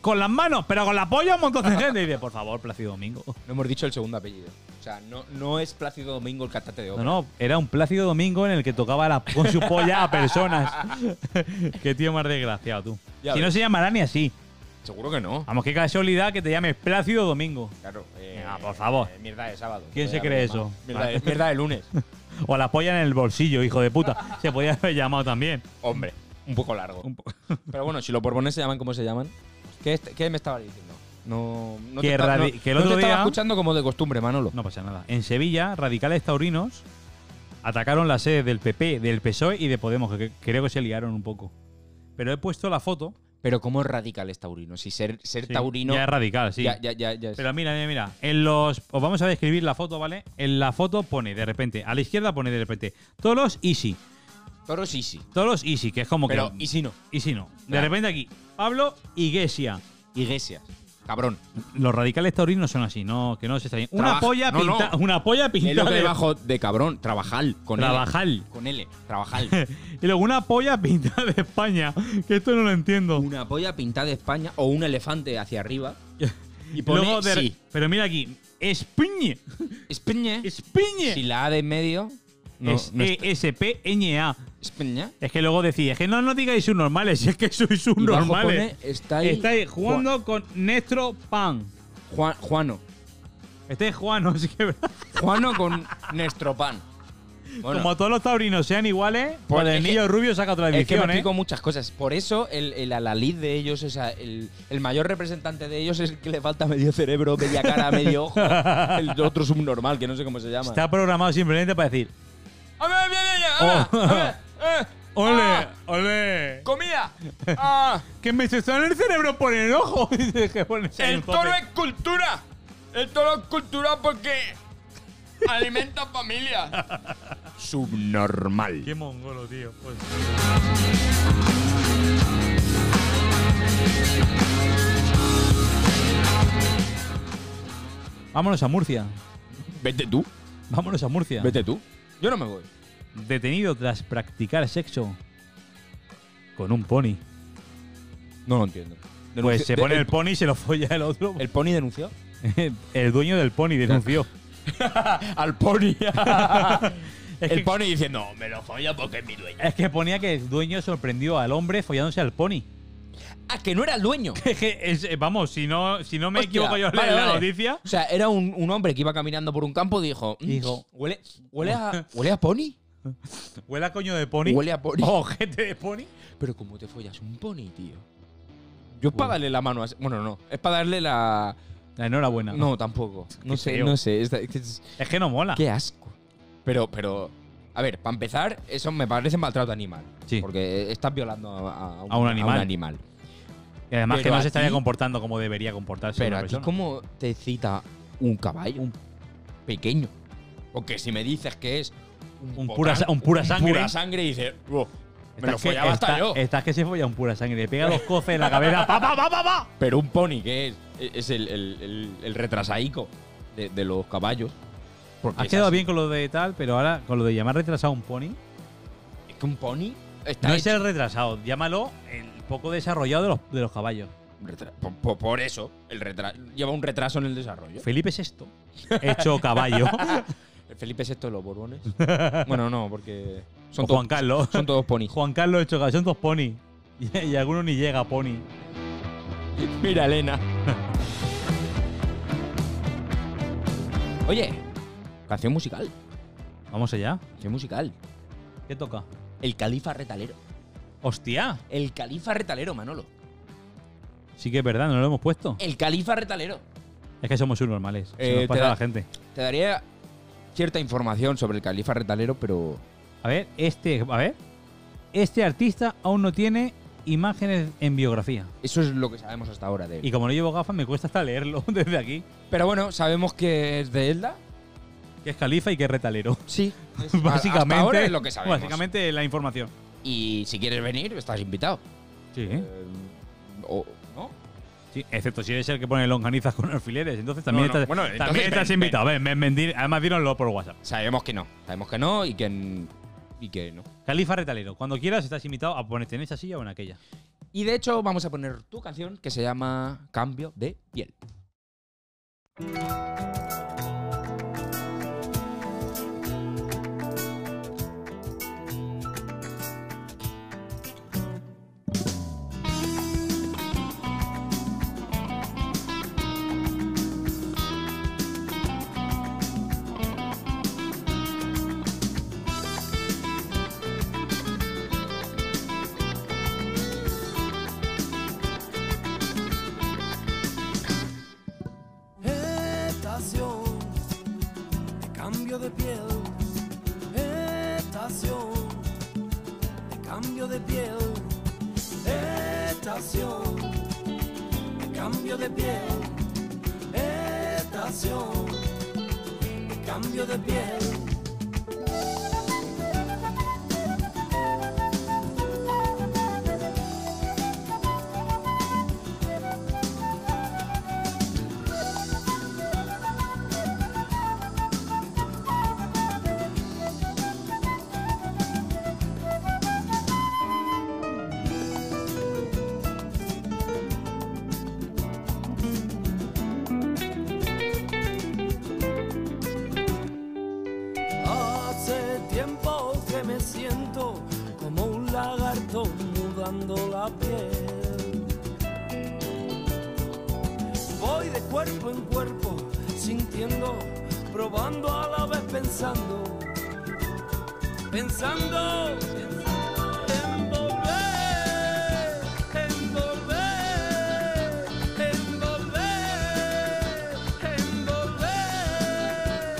Speaker 2: Con las manos, pero con la polla un montón de gente. Y dice, por favor, Plácido Domingo.
Speaker 1: no hemos dicho el segundo apellido. O sea, no, no es Plácido Domingo el catate de
Speaker 2: No,
Speaker 1: obra.
Speaker 2: no, era un Plácido Domingo en el que tocaba la- con su polla a personas. Qué tío más desgraciado tú.
Speaker 1: Ya
Speaker 2: si no
Speaker 1: ves.
Speaker 2: se llamará ni así.
Speaker 1: Seguro que no.
Speaker 2: Vamos, qué casualidad que te llames Plácido Domingo.
Speaker 1: Claro. eh,
Speaker 2: Ah, por favor.
Speaker 1: eh, mierda de sábado.
Speaker 2: ¿Quién se
Speaker 1: Podría
Speaker 2: cree
Speaker 1: haber llamado.
Speaker 2: eso?
Speaker 1: Mierda de, mierda de lunes.
Speaker 2: O la polla en el bolsillo, hijo de puta. Se podía haber llamado también.
Speaker 1: Hombre, un poco largo.
Speaker 2: Un po-
Speaker 1: Pero bueno, si los borbones se llaman como se llaman. ¿Qué, est- qué me estaba diciendo? No, no
Speaker 2: Que
Speaker 1: te, esta-
Speaker 2: radi-
Speaker 1: no-
Speaker 2: que el
Speaker 1: no
Speaker 2: otro
Speaker 1: te estaba
Speaker 2: día-
Speaker 1: escuchando como de costumbre, Manolo.
Speaker 2: No pasa nada. En Sevilla, radicales taurinos atacaron la sede del PP, del PSOE E y de Podemos, que creo que se liaron un poco. Pero he puesto la foto.
Speaker 1: Pero ¿cómo es radical es taurino? Si ser, ser
Speaker 2: Sí,
Speaker 1: taurino...
Speaker 2: Ya es radical, sí.
Speaker 1: Ya, ya, ya, ya es-
Speaker 2: Pero mira, mira, mira. En los. Os vamos a describir la foto, ¿vale? En la foto pone de repente, a la izquierda pone de repente, toros easy.
Speaker 1: Toro sí, sí.
Speaker 2: Toros easy, que es como
Speaker 1: Pero
Speaker 2: que.
Speaker 1: y si no.
Speaker 2: Easy no. De
Speaker 1: Claro.
Speaker 2: repente aquí, Pablo Iglesias.
Speaker 1: Iglesias. Cabrón.
Speaker 2: Los radicales taurinos son así, no, que no se extrañen.
Speaker 1: Trabaja-
Speaker 2: Una polla,
Speaker 1: no, no.
Speaker 2: pinta- una polla
Speaker 1: Es lo
Speaker 2: pintada
Speaker 1: que
Speaker 2: de
Speaker 1: debajo de cabrón. Trabajal. Con
Speaker 2: Trabajal.
Speaker 1: L. Con L. Trabajal.
Speaker 2: Y luego una polla pintada de España. Que esto no lo entiendo.
Speaker 1: Una polla pintada de España o un elefante hacia arriba. Y pone
Speaker 2: Luego de-
Speaker 1: sí.
Speaker 2: Pero mira aquí. Espiñe.
Speaker 1: España.
Speaker 2: Espiñe.
Speaker 1: Si la A de en medio. No,
Speaker 2: es E,
Speaker 1: no está.
Speaker 2: E-S-P-Ñ-A.
Speaker 1: España.
Speaker 2: Es que luego decís, es que no nos digáis subnormales, es que sois
Speaker 1: Y bajo
Speaker 2: subnormales.
Speaker 1: pone, está ahí.
Speaker 2: Estáis
Speaker 1: Juan-
Speaker 2: jugando con Nestro Pan. Este
Speaker 1: Juan- Juano.
Speaker 2: Estáis Juanos, así que
Speaker 1: Juano con nuestro pan. Bueno,
Speaker 2: como todos los taurinos sean iguales,
Speaker 1: Pues
Speaker 2: pues el
Speaker 1: es que-
Speaker 2: niño rubio saca
Speaker 1: es
Speaker 2: otra
Speaker 1: que me
Speaker 2: edición, ¿eh?
Speaker 1: explico muchas cosas. Por eso el, el alaliz de ellos, o sea, el, el mayor representante de ellos es el que le falta medio cerebro, media cara, medio ojo. El otro subnormal, que no sé cómo se llama.
Speaker 2: Está programado simplemente para decir,
Speaker 1: ¡A ver, a ver, a ver, a ver, eh,
Speaker 2: Oh. ¡Ole!
Speaker 1: ah,
Speaker 2: ¡Ole!
Speaker 1: ¡Comida! Ah,
Speaker 2: Que me se sale el cerebro por el ojo. Y dije, bueno, sale
Speaker 1: ¡El
Speaker 2: un tope.
Speaker 1: toro es cultura! ¡El toro es cultura porque alimenta familia! Subnormal.
Speaker 2: Qué mongolo, tío. Pues- Vámonos a Murcia.
Speaker 1: Vete tú,
Speaker 2: Vámonos a Murcia.
Speaker 1: vete tú. Yo no me voy.
Speaker 2: Detenido tras practicar sexo con un pony.
Speaker 1: No lo entiendo. Denuncio-
Speaker 2: Pues se
Speaker 1: de-
Speaker 2: pone el, pony y se lo folla el otro.
Speaker 1: ¿El pony denunció?
Speaker 2: El, dueño del pony denunció.
Speaker 1: Al pony.
Speaker 2: Es que-
Speaker 1: el pony diciendo, me lo folla porque es mi dueño.
Speaker 2: Es que ponía que el dueño sorprendió al hombre follándose al pony.
Speaker 1: Ah, que no era el dueño.
Speaker 2: Es que es- eh, vamos, si no, si no me
Speaker 1: Hostia,
Speaker 2: equivoco yo en
Speaker 1: vale,
Speaker 2: la
Speaker 1: vale.
Speaker 2: noticia.
Speaker 1: O sea, era un, un hombre que iba caminando por un campo y dijo, "Mm,
Speaker 2: Dijo,
Speaker 1: huele, huele, a, huele a pony.
Speaker 2: Huele a coño de pony.
Speaker 1: Huele a pony.
Speaker 2: Oh, gente de pony.
Speaker 1: Pero ¿cómo te follas un pony, tío? Yo es para darle la mano a... Bueno, no. Es para darle la...
Speaker 2: La enhorabuena.
Speaker 1: No, tampoco. No
Speaker 2: Qué
Speaker 1: sé,
Speaker 2: feo.
Speaker 1: no sé. es- es-
Speaker 2: Es que no mola.
Speaker 1: qué asco. Pero, pero... A ver, para empezar, eso me parece maltrato animal.
Speaker 2: Sí.
Speaker 1: Porque estás violando a,
Speaker 2: A un animal. Y además que
Speaker 1: Pero
Speaker 2: no
Speaker 1: a
Speaker 2: se estaría
Speaker 1: ti-
Speaker 2: comportando como debería comportarse.
Speaker 1: Pero
Speaker 2: una
Speaker 1: aquí
Speaker 2: persona.
Speaker 1: ¿cómo te cita un caballo? Un pequeño. Porque si me dices que es
Speaker 2: Un
Speaker 1: potran-
Speaker 2: pura sa- un pura sangre.
Speaker 1: pura sangre y dices, "Oh, me
Speaker 2: Estás
Speaker 1: lo
Speaker 2: que-
Speaker 1: follaba hasta
Speaker 2: está-
Speaker 1: yo.
Speaker 2: Estás que se folla un pura sangre. Le pega dos coces en la cabeza. ¡Pa, pa, pa, pa, pa!
Speaker 1: Pero un pony, que es, es el, el, el- el retrasaico de, de los caballos. Porque
Speaker 2: Has
Speaker 1: es
Speaker 2: quedado
Speaker 1: así.
Speaker 2: bien con lo de tal, pero ahora con lo de llamar retrasado a un pony.
Speaker 1: Es que un pony está
Speaker 2: No es
Speaker 1: hecho-
Speaker 2: el retrasado. Llámalo el poco desarrollado de los, de los caballos.
Speaker 1: retra- po- po- por, eso el retra- lleva un retraso en el desarrollo.
Speaker 2: Felipe es esto. Hecho caballo.
Speaker 1: El Felipe es esto de los Borbones. bueno, no, porque son,
Speaker 2: O
Speaker 1: todos-
Speaker 2: Juan Carlos.
Speaker 1: son todos ponis.
Speaker 2: Juan Carlos hecho caballo. Son dos pony. Y, y alguno ni llega a pony.
Speaker 1: Mira, Elena. Oye, canción musical.
Speaker 2: Vamos allá.
Speaker 1: Canción musical.
Speaker 2: ¿Qué toca?
Speaker 1: El califa retalero.
Speaker 2: ¡Hostia!
Speaker 1: El califa retalero, Manolo.
Speaker 2: Sí que es verdad, no lo hemos puesto.
Speaker 1: El califa retalero.
Speaker 2: Es que somos subnormales. Se
Speaker 1: Eh,
Speaker 2: nos pasa
Speaker 1: te
Speaker 2: a
Speaker 1: da-
Speaker 2: la gente.
Speaker 1: Te daría cierta información sobre el califa retalero, pero.
Speaker 2: A ver, este, a ver. Este artista aún no tiene imágenes en biografía.
Speaker 1: Eso es lo que sabemos hasta ahora de él.
Speaker 2: Y como no llevo gafas, me cuesta hasta leerlo desde aquí.
Speaker 1: Pero bueno, sabemos que es de Elda.
Speaker 2: Que es califa y que es retalero.
Speaker 1: Sí.
Speaker 2: básicamente.
Speaker 1: Hasta ahora es lo que sabemos.
Speaker 2: Básicamente la información.
Speaker 1: Y si quieres venir, estás invitado.
Speaker 2: Sí,
Speaker 1: Eh, o- ¿No?
Speaker 2: sí. Excepto si eres el que pone longanizas con alfileres. Entonces también
Speaker 1: No, no.
Speaker 2: estás,
Speaker 1: Bueno, entonces
Speaker 2: también
Speaker 1: ven,
Speaker 2: estás
Speaker 1: ven.
Speaker 2: invitado. Ven, ven, ven, di- Además, dínoslo por WhatsApp.
Speaker 1: Sabemos que no. Sabemos que no y que. n- Y que no.
Speaker 2: Califa retalero. Cuando quieras, estás invitado a ponerte en esa silla o en aquella.
Speaker 1: Y de hecho, vamos a poner tu canción que se llama Cambio de piel.
Speaker 6: Estación de cambio de piel. Estación de cambio de piel. Estación de cambio de piel. Estación de cambio de piel. cuerpo en cuerpo, sintiendo, probando a la vez pensando, pensando. en volver, en volver, en volver, en volver.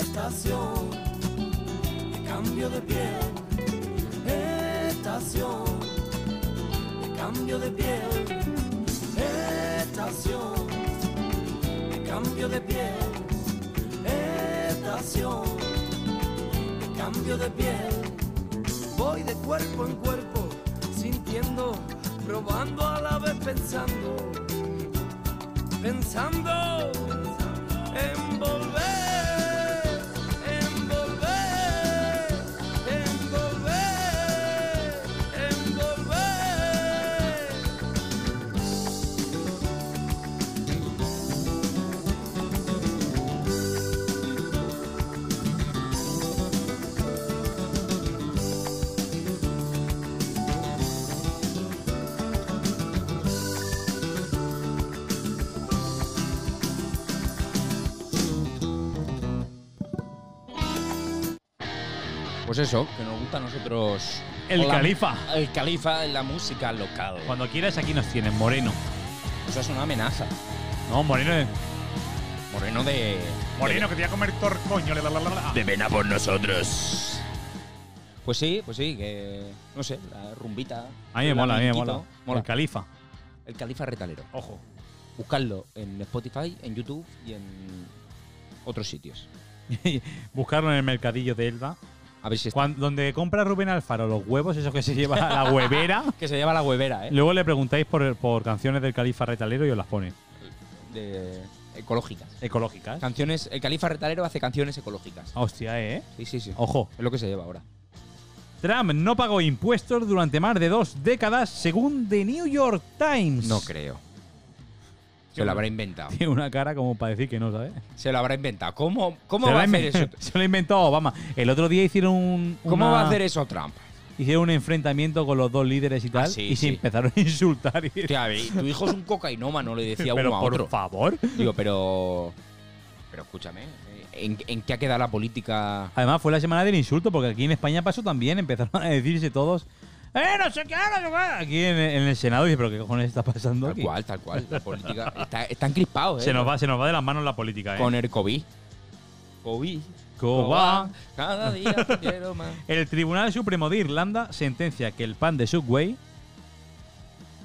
Speaker 6: Estación de cambio de piel. Estación de cambio de piel. Estación de cambio de piel. Estación de cambio de piel. Voy de cuerpo en cuerpo, sintiendo, probando a la vez pensando pensando en volver, en volver, en volver, en volver.
Speaker 1: Pues eso, que nos gusta a nosotros.
Speaker 2: El
Speaker 1: o la-
Speaker 2: Califa.
Speaker 1: El califa en la música local.
Speaker 2: Cuando quieras, aquí nos tienes, Moreno.
Speaker 1: Eso es una amenaza.
Speaker 2: No, Moreno es.
Speaker 1: Moreno de.
Speaker 2: Moreno, que te voy a comer torcoño. la, la, la, la.
Speaker 1: De pena por nosotros. Pues sí, pues sí, que. No sé, la rumbita.
Speaker 2: A mí me
Speaker 1: el
Speaker 2: mola, a mí me
Speaker 1: flamenquito,
Speaker 2: mola. El Califa.
Speaker 1: El califa retalero.
Speaker 2: Ojo.
Speaker 1: Buscadlo en Spotify, en YouTube y en otros sitios.
Speaker 2: Buscarlo en el mercadillo de Elda.
Speaker 1: A ver si está.
Speaker 2: Cuan- donde compra Rubén Alfaro los huevos, esos que se lleva a la huevera.
Speaker 1: Que se llama la huevera, ¿eh?
Speaker 2: Luego le preguntáis por, por canciones del Califa Retalero y os las pone.
Speaker 1: De ecológicas.
Speaker 2: Ecológicas.
Speaker 1: Canciones. El califa retalero hace canciones ecológicas.
Speaker 2: Hostia, eh.
Speaker 1: Sí, sí, sí.
Speaker 2: Ojo.
Speaker 1: Es lo que se lleva ahora.
Speaker 2: Trump no pagó impuestos durante más de dos décadas, según The New York Times.
Speaker 1: No creo. Se lo habrá inventado.
Speaker 2: Tiene una cara como para decir que no, ¿sabes?
Speaker 1: Se lo habrá inventado. ¿Cómo, cómo
Speaker 2: se, lo
Speaker 1: va a
Speaker 2: ha
Speaker 1: hacer
Speaker 2: inven-
Speaker 1: eso?
Speaker 2: se lo inventó Obama. El otro día hicieron un.
Speaker 1: ¿Cómo
Speaker 2: una-
Speaker 1: va a hacer eso Trump?
Speaker 2: Hicieron un enfrentamiento con los dos líderes y tal.
Speaker 1: sí,
Speaker 2: y se
Speaker 1: sí.
Speaker 2: empezaron a insultar. Y,
Speaker 1: Hostia, a ver, tu hijo es un cocainómano, le decía
Speaker 2: pero
Speaker 1: uno a
Speaker 2: por
Speaker 1: otro.
Speaker 2: favor.
Speaker 1: Digo, pero. Pero escúchame, ¿en, en qué ha quedado la política?
Speaker 2: Además, fue la semana del insulto, porque aquí en España pasó también. Empezaron a decirse todos. ¡Eh, no sé qué! no sé qué". Aquí en, en el Senado. Dice, ¿pero qué cojones está pasando
Speaker 1: Tal
Speaker 2: aquí?
Speaker 1: cual, tal cual. La política. Está, están crispados, ¿eh?
Speaker 2: Se nos, va, se nos va de las manos la política, ¿eh?
Speaker 1: Con el COVID. COVID.
Speaker 2: Coba.
Speaker 1: Cada día te quiero más.
Speaker 2: El Tribunal Supremo de Irlanda sentencia que el pan de Subway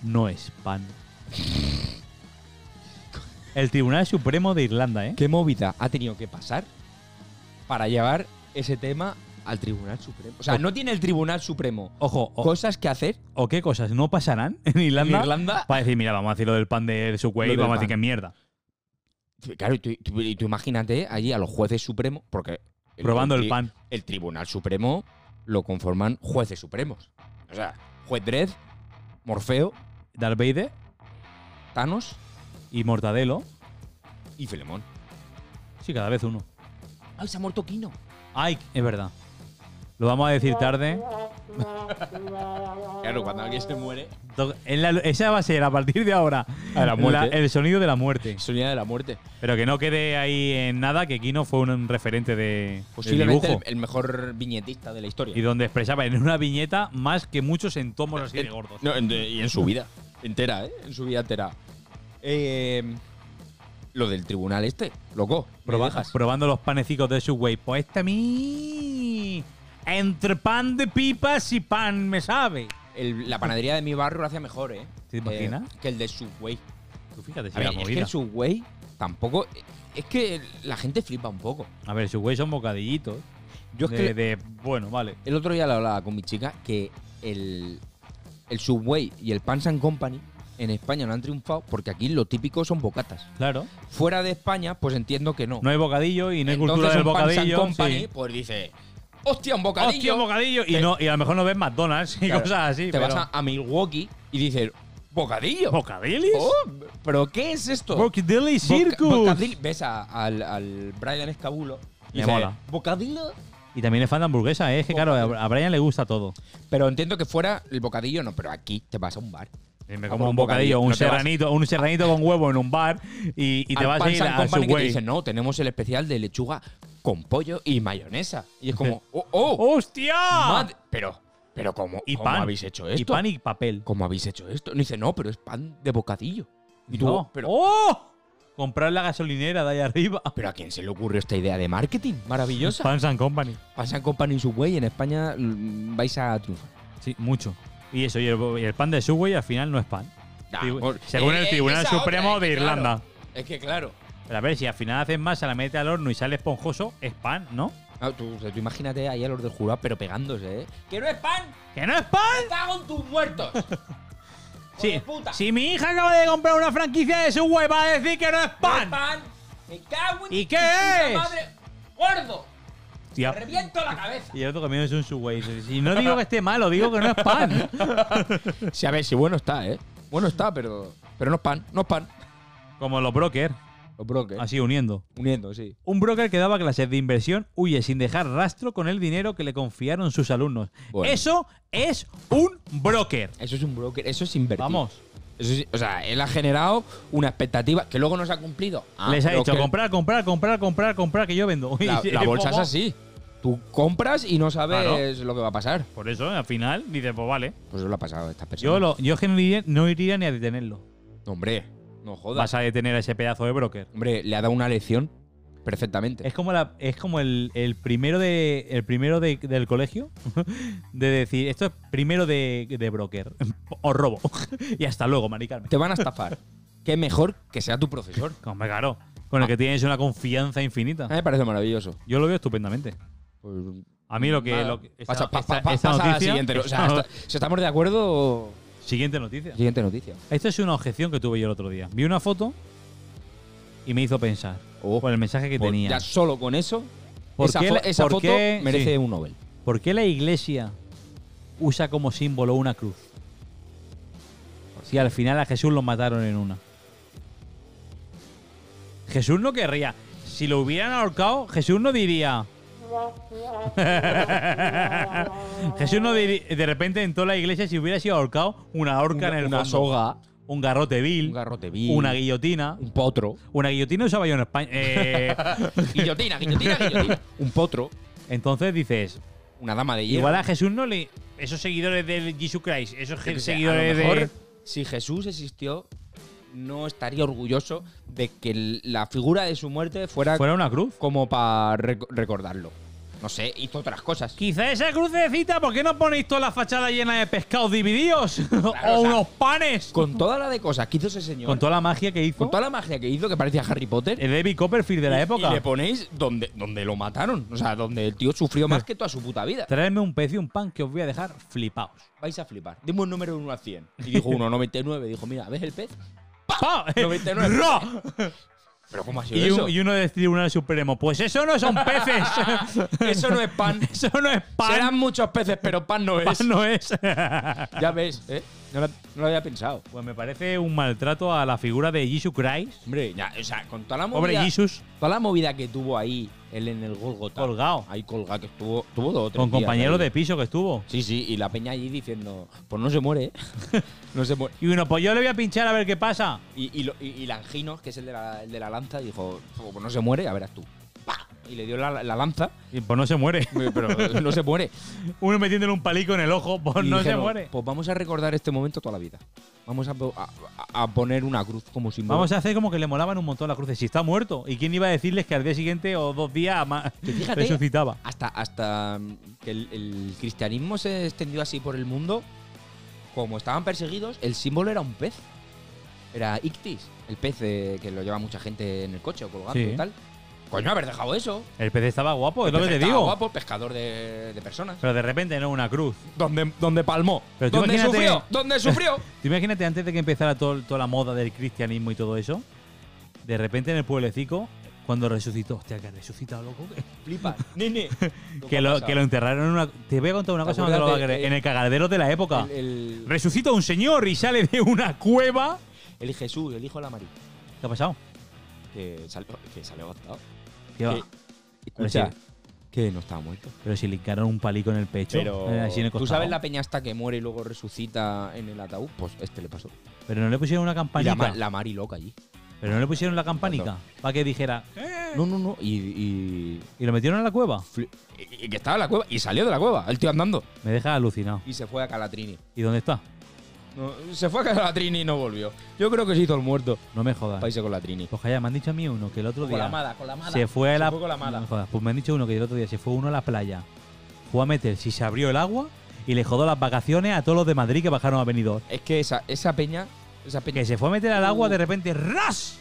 Speaker 2: no es pan. El Tribunal Supremo de Irlanda, ¿eh?
Speaker 1: ¿Qué movida ha tenido que pasar para llevar ese tema al Tribunal Supremo? O sea, no tiene el Tribunal Supremo
Speaker 2: Ojo, o,
Speaker 1: cosas que hacer.
Speaker 2: o qué cosas no pasarán en Irlanda?
Speaker 1: En Oh. Irlanda.
Speaker 2: Para decir, mira, vamos a decir lo del pan de Subway
Speaker 1: Lo
Speaker 2: y
Speaker 1: del
Speaker 2: vamos a decir
Speaker 1: pan.
Speaker 2: que es mierda.
Speaker 1: Claro, y tú, tú- y tú imagínate allí a los jueces supremos, porque.
Speaker 2: Probando el
Speaker 1: tri-
Speaker 2: pan.
Speaker 1: El Tribunal Supremo lo conforman jueces supremos. O sea, juez Dredd, Morfeo,
Speaker 2: Darth Vader
Speaker 1: Thanos
Speaker 2: y Mortadelo.
Speaker 1: y Filemón.
Speaker 2: Sí, cada vez uno.
Speaker 1: ¡Ay, se ha muerto Kino!
Speaker 2: Ay, es verdad. Lo vamos a decir tarde.
Speaker 1: Claro, cuando alguien se muere.
Speaker 2: To- en la- esa va a ser a partir de ahora
Speaker 1: A la muerte.
Speaker 2: el sonido de la muerte.
Speaker 1: Sonia de la muerte.
Speaker 2: Pero que no quede ahí en nada que Kino fue un referente de, de
Speaker 1: Posiblemente el,
Speaker 2: dibujo.
Speaker 1: el mejor viñetista de la historia.
Speaker 2: Y donde expresaba en una viñeta más que muchos en tomos así de
Speaker 1: En-
Speaker 2: gordos.
Speaker 1: no, en- de- y en su vida. Entera, ¿eh? En su vida entera. Eh, lo del tribunal este, loco. me
Speaker 2: Proba-
Speaker 1: dejas.
Speaker 2: probando los panecicos de Subway. Pues este a mí. Entre pan de pipas y pan, me sabe.
Speaker 1: El- la panadería de mi barrio lo hacía mejor, ¿eh?
Speaker 2: ¿Te
Speaker 1: Eh,
Speaker 2: imaginas?
Speaker 1: que el de Subway.
Speaker 2: Tú fíjate, si
Speaker 1: A
Speaker 2: era
Speaker 1: ver, es que
Speaker 2: movida.
Speaker 1: el Subway tampoco. Es que la gente flipa un poco.
Speaker 2: A ver, Subway son bocadillitos.
Speaker 1: Yo es
Speaker 2: de,
Speaker 1: que-
Speaker 2: de- bueno, vale.
Speaker 1: El otro día lo hablaba con mi chica que el, el Subway y el Pans and Company en España no han triunfado porque aquí lo típico son bocatas.
Speaker 2: Claro.
Speaker 1: Fuera de España, pues entiendo que no.
Speaker 2: No hay bocadillo y no hay
Speaker 1: Entonces,
Speaker 2: cultura del
Speaker 1: un Pans and
Speaker 2: bocadillo.
Speaker 1: Company,
Speaker 2: sí.
Speaker 1: pues dice, hostia, un bocadillo.
Speaker 2: Hostia, un bocadillo. Y,
Speaker 1: Te-
Speaker 2: no, y a lo mejor no ves McDonald's y
Speaker 1: Claro,
Speaker 2: cosas así.
Speaker 1: Te
Speaker 2: pero-
Speaker 1: vas a, a Milwaukee y dices, bocadillo.
Speaker 2: ¿Bocadillis?
Speaker 1: Oh, ¿Pero qué es esto?
Speaker 2: Bocadilly
Speaker 1: Boca-
Speaker 2: Circus.
Speaker 1: bocadillo. Ves a- al, al Brian Escabulo. y
Speaker 2: Me
Speaker 1: dice,
Speaker 2: mola.
Speaker 1: Bocadillo.
Speaker 2: Y también es fan de hamburguesa, ¿eh? es que claro, a Brian le gusta todo.
Speaker 1: Pero entiendo que fuera el bocadillo, no, pero aquí te vas a un bar.
Speaker 2: Y me
Speaker 1: Ah,
Speaker 2: como
Speaker 1: por
Speaker 2: un
Speaker 1: un bocadillo,
Speaker 2: bocadillo, un
Speaker 1: no te vas-
Speaker 2: serranito, un serranito con huevo en un bar y, y te
Speaker 1: Al
Speaker 2: vas a
Speaker 1: Pans
Speaker 2: ir
Speaker 1: and
Speaker 2: a
Speaker 1: Company que te
Speaker 2: Subway.
Speaker 1: dicen, no, tenemos el especial de lechuga con pollo y mayonesa. Y es como, oh, oh,
Speaker 2: ¡Hostia!
Speaker 1: mad- pero, pero ¿cómo,
Speaker 2: y
Speaker 1: cómo
Speaker 2: pan.
Speaker 1: habéis hecho
Speaker 2: Y
Speaker 1: esto?
Speaker 2: pan y papel.
Speaker 1: ¿Cómo habéis hecho esto? No dice, no, pero es pan de bocadillo. Y tú,
Speaker 2: No.
Speaker 1: pero,
Speaker 2: ¡Oh! Comprar la gasolinera de ahí arriba.
Speaker 1: pero ¿a quién se le ocurrió esta idea de marketing maravillosa?
Speaker 2: Pans and Company.
Speaker 1: Pasan Company y Subway en España mm, vais a triunfar.
Speaker 2: Sí, mucho. Y eso, y el, y el pan de Subway al final no es pan.
Speaker 1: Ah,
Speaker 2: Tribu-
Speaker 1: por-
Speaker 2: Según
Speaker 1: Eh,
Speaker 2: el
Speaker 1: eh,
Speaker 2: Tribunal
Speaker 1: esa otra,
Speaker 2: Supremo
Speaker 1: es
Speaker 2: de
Speaker 1: que claro,
Speaker 2: Irlanda.
Speaker 1: es que claro.
Speaker 2: Pero a ver, si al final haces masa, la metes al horno y sale esponjoso, es pan, ¿no?
Speaker 1: Ah, tú, tú imagínate ahí a los del jurado, pero pegándose, ¿eh? ¡Que no es pan!
Speaker 2: ¡Que no es pan!
Speaker 1: ¡Cago en tus muertos!
Speaker 2: Sí.
Speaker 1: de puta!
Speaker 2: Si mi hija acaba de comprar una franquicia de Subway, va a decir que no es pan.
Speaker 1: pan! ¡Me cago en
Speaker 2: ¿Y
Speaker 1: tu
Speaker 2: qué
Speaker 1: puta
Speaker 2: es?
Speaker 1: madre! ¡Gordo!
Speaker 2: Tía.
Speaker 1: reviento la cabeza!
Speaker 2: Y el otro comiendo es un Subway. Si no digo que esté malo, digo que no es pan.
Speaker 1: Sí, a ver, si bueno está, ¿eh? Bueno está, pero, pero no es pan, no es pan.
Speaker 2: Como los brokers,
Speaker 1: Los brokers.
Speaker 2: así uniendo.
Speaker 1: Uniendo, sí.
Speaker 2: Un broker que daba clases de inversión huye sin dejar rastro con el dinero que le confiaron sus alumnos.
Speaker 1: Bueno.
Speaker 2: Eso es un broker.
Speaker 1: Eso es un broker, eso es invertir.
Speaker 2: Vamos.
Speaker 1: Eso sí, o sea, él ha generado una expectativa que luego no se ha cumplido. Ah,
Speaker 2: Les ha
Speaker 1: pero
Speaker 2: dicho
Speaker 1: que
Speaker 2: comprar, comprar, comprar, comprar, comprar, que yo vendo.
Speaker 1: La,
Speaker 2: Y-
Speaker 1: la bolsa es
Speaker 2: ¿cómo?
Speaker 1: así. Tú compras y no sabes
Speaker 2: Claro.
Speaker 1: lo que va a pasar.
Speaker 2: Por eso, al final, dices, pues vale.
Speaker 1: Pues eso lo ha pasado a estas personas.
Speaker 2: Yo, lo, yo es que no iría, no iría ni a detenerlo.
Speaker 1: No, hombre, no jodas.
Speaker 2: Vas a detener a ese pedazo de broker.
Speaker 1: Hombre, le ha dado una lección perfectamente.
Speaker 2: Es como, la, es como el, el primero, de, el primero de- del colegio de decir, esto es primero de, de broker. O robo. y hasta luego, Mari Carmen.
Speaker 1: Te van a estafar. Qué mejor que sea tu profesor.
Speaker 2: Hombre, claro. Con el que tienes una confianza infinita.
Speaker 1: A mí me parece maravilloso.
Speaker 2: Yo lo veo estupendamente.
Speaker 1: Pues,
Speaker 2: A mí lo que.
Speaker 1: nada.
Speaker 2: Lo que
Speaker 1: Pasa-
Speaker 2: esta-
Speaker 1: pa-
Speaker 2: esta-
Speaker 1: pa- pa-
Speaker 2: esta
Speaker 1: pasa a la
Speaker 2: noticia-
Speaker 1: siguiente. O sea,
Speaker 2: esta-
Speaker 1: hasta- si estamos de acuerdo,
Speaker 2: siguiente noticia.
Speaker 1: siguiente noticia.
Speaker 2: Esta es una objeción que tuve yo el otro día. Vi una foto y me hizo pensar.
Speaker 1: Oh.
Speaker 2: por el mensaje que
Speaker 1: Pues
Speaker 2: tenía.
Speaker 1: Ya solo con eso,
Speaker 2: ¿Por
Speaker 1: esa,
Speaker 2: qué
Speaker 1: fo-
Speaker 2: la-
Speaker 1: esa
Speaker 2: por
Speaker 1: foto
Speaker 2: qué-
Speaker 1: merece
Speaker 2: sí.
Speaker 1: un Nobel.
Speaker 2: ¿Por qué la iglesia usa como símbolo una cruz? Si al final a Jesús lo mataron en una. Jesús no querría. Si lo hubieran ahorcado, Jesús no diría. Jesús no diría. De repente en toda la iglesia, si hubiera sido ahorcado, una horca en el
Speaker 1: una
Speaker 2: fondo.
Speaker 1: soga,
Speaker 2: un garrote vil,
Speaker 1: un garrote vil,
Speaker 2: una guillotina.
Speaker 1: un potro.
Speaker 2: Una guillotina usaba yo en España. Eh,
Speaker 1: guillotina, guillotina, guillotina. un potro,
Speaker 2: entonces dices,
Speaker 1: una dama de hierro.
Speaker 2: Igual a Jesús no le. Esos seguidores del Jesus Christ, esos
Speaker 1: Yo qué sé, a
Speaker 2: seguidores
Speaker 1: lo mejor,
Speaker 2: de.
Speaker 1: Si Jesús existió, no estaría orgulloso de que el- la figura de su muerte fuera,
Speaker 2: Fuera una cruz.
Speaker 1: como para recordarlo. No sé, hizo otras cosas.
Speaker 2: Quizá esa crucecita, ¿por qué no ponéis toda la fachada llena de pescados divididos? o
Speaker 1: o sea,
Speaker 2: unos panes. Con,
Speaker 1: Con toda la de cosas que hizo ese señor,
Speaker 2: toda la magia que hizo.
Speaker 1: con toda la magia que hizo, que parecía Harry Potter,
Speaker 2: el David Copperfield de la época.
Speaker 1: Y le ponéis donde, donde lo mataron. O sea, donde el tío sufrió más que toda su puta vida.
Speaker 2: Traedme un pez y un pan que os voy a dejar flipaos.
Speaker 1: Vais a flipar. Dime un número de 1 a 100. Y dijo 1,99. Dijo, mira, ¿ves el pez?
Speaker 2: ¡Pa!
Speaker 1: 99.
Speaker 2: ¡Ra!
Speaker 1: Pero ¿cómo ha sido
Speaker 2: Y,
Speaker 1: eso?
Speaker 2: un- y uno de Tribunal Supremo. Pues eso no son peces.
Speaker 1: Eso no es pan.
Speaker 2: eso no es pan.
Speaker 1: Serán muchos peces, pero pan no es.
Speaker 2: pan no es.
Speaker 1: Ya ves, ¿eh? No lo, no lo había pensado.
Speaker 2: pues me parece un maltrato a la figura de Jesus Christ.
Speaker 1: Hombre, ya, o sea, con toda la movida.
Speaker 2: Pobre Jesus.
Speaker 1: Toda la movida que tuvo ahí, él en el Golgota.
Speaker 2: Colgado.
Speaker 1: Ahí colgado, que estuvo, tuvo dos o tres
Speaker 2: Con
Speaker 1: días
Speaker 2: compañeros
Speaker 1: ahí.
Speaker 2: de piso que estuvo.
Speaker 1: Sí, sí, y la peña allí diciendo, pues no se muere, ¿eh? No se muere.
Speaker 2: Y uno, pues yo le voy a pinchar a ver qué pasa.
Speaker 1: Y, y, lo- y- y Langinos, que es el de la, el de la lanza, dijo, "Pues no se muere, ya verás tú. ¡Pa! y le dio la, la lanza,
Speaker 2: Y pues no se muere.
Speaker 1: pero no se muere.
Speaker 2: Uno metiéndole un palico en el ojo, pues
Speaker 1: Y
Speaker 2: no se
Speaker 1: dijeron,
Speaker 2: muere.
Speaker 1: Pues vamos a recordar este momento toda la vida. Vamos a, po- a- a- a poner una cruz como símbolo.
Speaker 2: Vamos a hacer como que le molaban un montón las cruces. Si está muerto. ¿Y quién iba a decirles que al día siguiente o dos días más
Speaker 1: fíjate-
Speaker 2: resucitaba?
Speaker 1: Hasta, hasta mm, que el, el cristianismo se extendió así por el mundo, como estaban perseguidos, el símbolo era un pez. Era Ictis, el pez eh, que lo lleva mucha gente en el coche o colgando
Speaker 2: Sí.
Speaker 1: y tal. Coño, haber dejado eso.
Speaker 2: El pez estaba guapo,
Speaker 1: El
Speaker 2: es lo que
Speaker 1: pez
Speaker 2: te
Speaker 1: estaba
Speaker 2: digo.
Speaker 1: guapo, pescador de, de personas.
Speaker 2: Pero de repente no una cruz.
Speaker 1: Donde, donde palmó.
Speaker 2: Pero tú
Speaker 1: donde
Speaker 2: imagínate-
Speaker 1: sufrió. Donde sufrió.
Speaker 2: Tú imagínate antes de que empezara todo- toda la moda del cristianismo y todo eso, de repente en el pueblecico, cuando resucitó, hostia, que ha resucitado, loco. que-
Speaker 1: Flipa. Nene.
Speaker 2: Que lo, que lo enterraron en una. Te voy a contar una
Speaker 1: ¿Te
Speaker 2: cosa, no te lo
Speaker 1: acuerdas
Speaker 2: vas a creer.
Speaker 1: de- eh?
Speaker 2: En el cagadero de la época.
Speaker 1: El, el-
Speaker 2: Resucita un señor y sale de una cueva.
Speaker 1: el Jesús, el hijo de la María.
Speaker 2: ¿Qué ha pasado?
Speaker 1: Que salió, que salió gastado.
Speaker 2: ¿Qué va?
Speaker 1: Que- Escucha,
Speaker 2: sí.
Speaker 1: que no estaba muerto.
Speaker 2: Pero si le hincaron un palico en el pecho.
Speaker 1: Pero
Speaker 2: eh, así en el
Speaker 1: tú
Speaker 2: costado.
Speaker 1: sabes la peña hasta que muere y luego resucita en el ataúd, pues este le pasó.
Speaker 2: Pero no le pusieron una
Speaker 1: Y la, ma-
Speaker 2: campanita.
Speaker 1: la Mari loca allí.
Speaker 2: Pero no le pusieron la campanica. Para que dijera.
Speaker 1: No, no, no. Y, y,
Speaker 2: Y lo metieron en la cueva.
Speaker 1: fli- y- y que estaba en la cueva y salió de la cueva, el tío andando.
Speaker 2: Me deja alucinado.
Speaker 1: Y se fue a Calatrini.
Speaker 2: ¿Y dónde está?
Speaker 1: No, se fue a Calatrini y no volvió. Yo creo que se hizo el muerto.
Speaker 2: No me jodas.
Speaker 1: Países con la Trini.
Speaker 2: Pues calla, me han dicho a mí uno que el otro
Speaker 1: Con
Speaker 2: día.
Speaker 1: la amada, con la amada.
Speaker 2: Se fue a la.
Speaker 1: con la amada.
Speaker 2: no me jodas. Pues me han dicho uno que el otro día se fue uno a la playa. Fue a meter si se abrió el agua y le jodó las vacaciones a todos los de Madrid que bajaron a Benidorm.
Speaker 1: Es que esa, esa peña. Esa peña.
Speaker 2: Que se fue a meter al agua de repente ¡ras!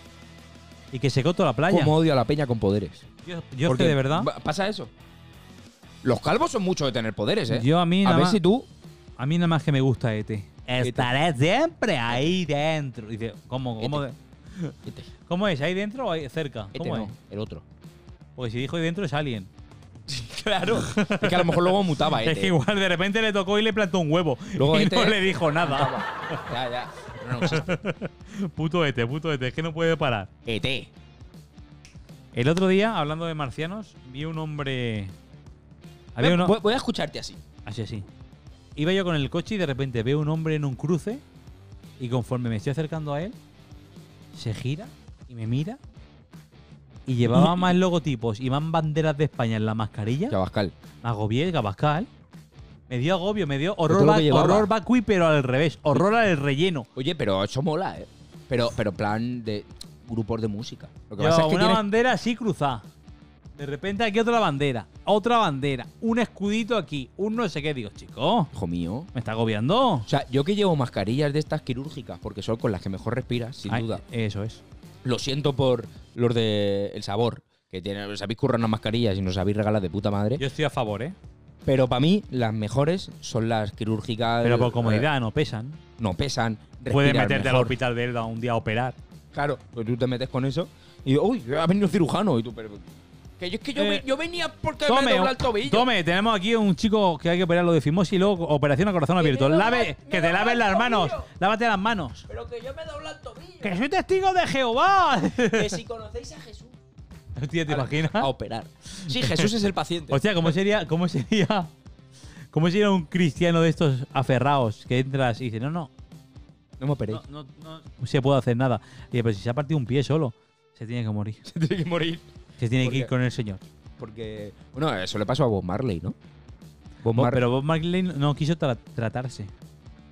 Speaker 2: Y que secó toda la playa.
Speaker 1: Como odio a la peña con poderes.
Speaker 2: Yo, yo es que de verdad.
Speaker 1: va- Pasa eso. Los calvos son muchos de tener poderes, ¿eh?
Speaker 2: Yo a mí
Speaker 1: a
Speaker 2: nada
Speaker 1: ver
Speaker 2: más-
Speaker 1: si tú
Speaker 2: A mí nada más que me gusta E ET. Estaré siempre ahí dentro. Dice, ¿cómo, cómo,
Speaker 1: ET.
Speaker 2: de- ¿cómo es? ¿Ahí dentro o ahí cerca?
Speaker 1: Este
Speaker 2: ¿Cómo
Speaker 1: no,
Speaker 2: es?
Speaker 1: el otro.
Speaker 2: Porque si dijo ahí dentro es alien.
Speaker 1: Claro. Es que a lo mejor luego mutaba
Speaker 2: Es que
Speaker 1: este.
Speaker 2: igual de repente le tocó y le plantó un huevo.
Speaker 1: Luego E
Speaker 2: y no
Speaker 1: ET.
Speaker 2: le dijo nada.
Speaker 1: ya, ya. No, no, existe.
Speaker 2: Puto ET, puto ET, es que no puede parar.
Speaker 1: ET.
Speaker 2: El otro día, hablando de marcianos, vi un hombre. Había
Speaker 1: Ve,
Speaker 2: uno.
Speaker 1: Voy voy a escucharte así.
Speaker 2: Así, así. Iba yo con el coche y de repente veo un hombre en un cruce y conforme me estoy acercando a él, se gira y me mira y llevaba más logotipos y más banderas de España en la mascarilla.
Speaker 1: Cabascal.
Speaker 2: Me agobié, Gabascal. Me dio agobio, me dio
Speaker 1: todo
Speaker 2: horror,
Speaker 1: lo que
Speaker 2: va-
Speaker 1: llevaba.
Speaker 2: horror vacui, pero al revés. Horror al relleno.
Speaker 1: Oye, pero eso mola, ¿eh? Pero, pero en plan de grupos de música. Lo que
Speaker 2: Llevaba
Speaker 1: pasa es que
Speaker 2: una
Speaker 1: tienes-
Speaker 2: bandera así cruzada. De repente aquí otra bandera, otra bandera, un escudito aquí, un no sé qué. Digo, chico,
Speaker 1: Hijo mío.
Speaker 2: me está agobiando.
Speaker 1: O sea, yo que llevo mascarillas de estas quirúrgicas, porque son con las que mejor respiras, sin
Speaker 2: Ay,
Speaker 1: duda.
Speaker 2: Eso es.
Speaker 1: Lo siento por los de El Sabor, que tienen, os habéis currado unas mascarillas y nos habéis regalado de puta madre.
Speaker 2: Yo estoy a favor, ¿eh?
Speaker 1: Pero para mí, las mejores son las quirúrgicas. eh,
Speaker 2: Pero por comodidad, no pesan.
Speaker 1: No pesan.
Speaker 2: Puedes
Speaker 1: respiras
Speaker 2: meterte al
Speaker 1: mejor.
Speaker 2: hospital de Elda un día a operar.
Speaker 1: Claro, pues tú te metes con eso y uy, ha venido el cirujano y tú, pero que yo, es que yo,
Speaker 2: Eh,
Speaker 1: ve- yo venía porque me
Speaker 2: Tome,
Speaker 1: doblado el tobillo.
Speaker 2: tome, tenemos aquí un chico que hay que operarlo de fimosis y luego operación a corazón abierto.
Speaker 7: dobla-
Speaker 2: Lave,
Speaker 7: me
Speaker 2: que te
Speaker 7: dobla
Speaker 2: laves
Speaker 7: el
Speaker 2: las manos.
Speaker 7: tobillo.
Speaker 2: Lávate las manos.
Speaker 7: Pero que yo me dobla el tobillo.
Speaker 2: ¡Que soy testigo de Jehová!
Speaker 7: Que si conocéis a Jesús.
Speaker 2: Hostia, ¿te imaginas?
Speaker 1: A operar. Sí, Jesús es el paciente.
Speaker 2: ¿Ah? Hostia, ¿cómo sería, cómo sería, cómo sería un cristiano de estos aferrados que entras y dice, no, no,
Speaker 1: no me operéis.
Speaker 2: no, no, no se puede hacer nada? Y dice, pero si se ha partido un pie solo, se tiene que morir.
Speaker 1: Tiene que morir.
Speaker 2: Se tiene
Speaker 1: ¿Por
Speaker 2: que ir
Speaker 1: qué?
Speaker 2: con el señor.
Speaker 1: Porque. Bueno, eso le pasó a Bob Marley, ¿no? Bob
Speaker 2: Bo-
Speaker 1: Marley
Speaker 2: Pero Bob Marley no quiso tra- tratarse.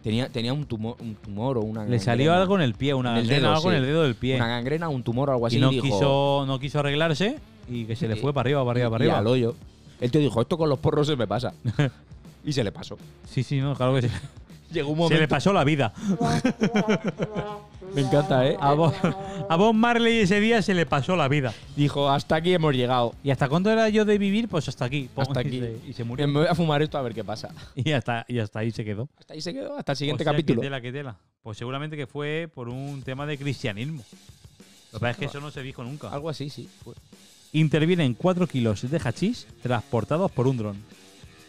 Speaker 1: tenía, tenía un, tumor, un tumor o una.
Speaker 2: Le
Speaker 1: gangrena.
Speaker 2: salió algo en el pie, una
Speaker 1: Ah, En el
Speaker 2: gangrena,
Speaker 1: dedo,
Speaker 2: algo
Speaker 1: sí.
Speaker 2: en el dedo del pie.
Speaker 1: Una gangrena, un tumor o algo así.
Speaker 2: Y no
Speaker 1: dijo,
Speaker 2: quiso, no quiso arreglarse y que se le
Speaker 1: Y-
Speaker 2: fue para arriba, para arriba,
Speaker 1: y
Speaker 2: para
Speaker 1: al
Speaker 2: arriba.
Speaker 1: hoyo. El tío dijo: Esto con los porros se me pasa. y se le pasó.
Speaker 2: Sí, sí, no, claro que sí.
Speaker 1: Llegó un
Speaker 2: Se
Speaker 1: momento.
Speaker 2: le pasó la vida.
Speaker 1: me encanta, ¿eh?
Speaker 2: A Bob, a Bob Marley ese día se le pasó la vida.
Speaker 1: Dijo: Hasta aquí hemos llegado.
Speaker 2: ¿Y hasta cuándo era yo de vivir? Pues hasta aquí. Pum,
Speaker 1: Hasta
Speaker 2: y
Speaker 1: aquí. Eh, Em-
Speaker 2: se- Y se
Speaker 1: Me
Speaker 2: murió.
Speaker 1: voy a fumar esto a ver qué pasa.
Speaker 2: Y hasta, y hasta ahí se quedó.
Speaker 1: Hasta ahí se quedó, hasta el siguiente
Speaker 2: O sea, que
Speaker 1: capítulo.
Speaker 2: tela, que tela. Pues seguramente que fue por un tema de cristianismo. Lo que pasa es que eso no se dijo nunca.
Speaker 1: Algo así, sí. Pues, fue.
Speaker 2: Intervienen 4 kilos de hachís transportados por un dron.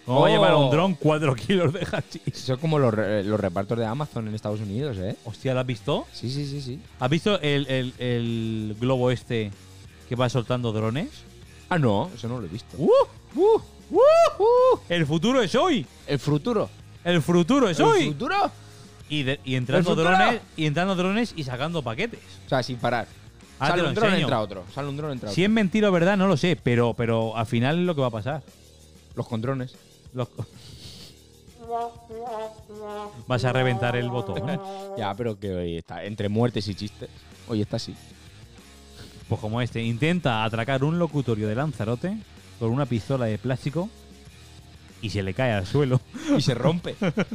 Speaker 2: ¿Cómo va a
Speaker 1: Oh.
Speaker 2: llevar un dron 4 kilos de hachís?
Speaker 1: Eso es como los, re- eh, los repartos de Amazon en Estados Unidos, ¿eh?
Speaker 2: Hostia, ¿lo has visto?
Speaker 1: Sí, sí, sí, sí.
Speaker 2: ¿Has visto el, el- el globo este que va soltando drones?
Speaker 1: Ah, no, eso no lo he visto.
Speaker 2: ¡Uh! ¡Uh! ¡Uh! ¡Uh! ¡El futuro es hoy!
Speaker 1: ¿El futuro?
Speaker 2: ¡El futuro es
Speaker 1: ¿El
Speaker 2: hoy!
Speaker 1: futuro?
Speaker 2: Y, de- y entrando
Speaker 1: ¡El futuro!
Speaker 2: drones y entrando drones y sacando paquetes.
Speaker 1: O sea, sin parar.
Speaker 2: Ahora Ah, te
Speaker 1: sale
Speaker 2: lo
Speaker 1: un dron,
Speaker 2: enseño.
Speaker 1: entra otro. Sale un dron, entra otro.
Speaker 2: Si es mentira o verdad, no lo sé, pero, pero al final es lo que va a pasar.
Speaker 1: Los contrones.
Speaker 2: Los- Vas a reventar el botón, ¿eh?
Speaker 1: Ya, pero que hoy está entre muertes y chistes. Hoy está así.
Speaker 2: Pues como este, intenta atracar un locutorio de Lanzarote con una pistola de plástico y se le cae al suelo.
Speaker 1: Y se rompe.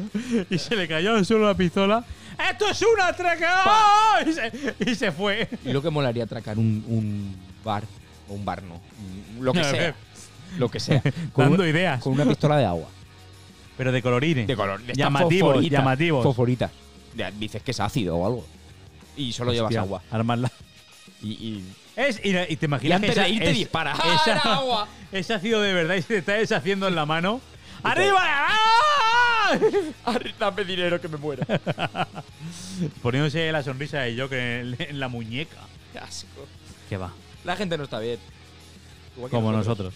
Speaker 2: y se le cayó al suelo la pistola. ¡Esto es un atracado! Y se, y se fue.
Speaker 1: Y lo que molaría atracar un, un bar. O un bar, no. un- Lo que
Speaker 2: A
Speaker 1: sea.
Speaker 2: ver.
Speaker 1: Lo que sea.
Speaker 2: Dando
Speaker 1: una-
Speaker 2: ideas.
Speaker 1: Con una pistola de agua.
Speaker 2: Pero de colorines.
Speaker 1: De color. de estas
Speaker 2: Llamativos,
Speaker 1: fosforitas,
Speaker 2: llamativos.
Speaker 1: Fosforitas. Ya, Dices que es ácido o algo. Y solo llevas
Speaker 2: Hostia,
Speaker 1: agua.
Speaker 2: Armarla.
Speaker 1: Y, y-
Speaker 2: Es, y, y te
Speaker 1: Y
Speaker 2: imaginas
Speaker 1: antes
Speaker 2: que
Speaker 1: de ir te dispara. ¡Ah, era agua!
Speaker 2: Ese ha sido de verdad y se te está deshaciendo en la mano. ¡Arriba! ¡Ah!
Speaker 1: Dame dinero que me muera.
Speaker 2: Poniéndose la sonrisa de Joker en, en la muñeca.
Speaker 1: Qué asco.
Speaker 2: Que va,
Speaker 1: La gente no está bien. Igual que
Speaker 2: como nosotros.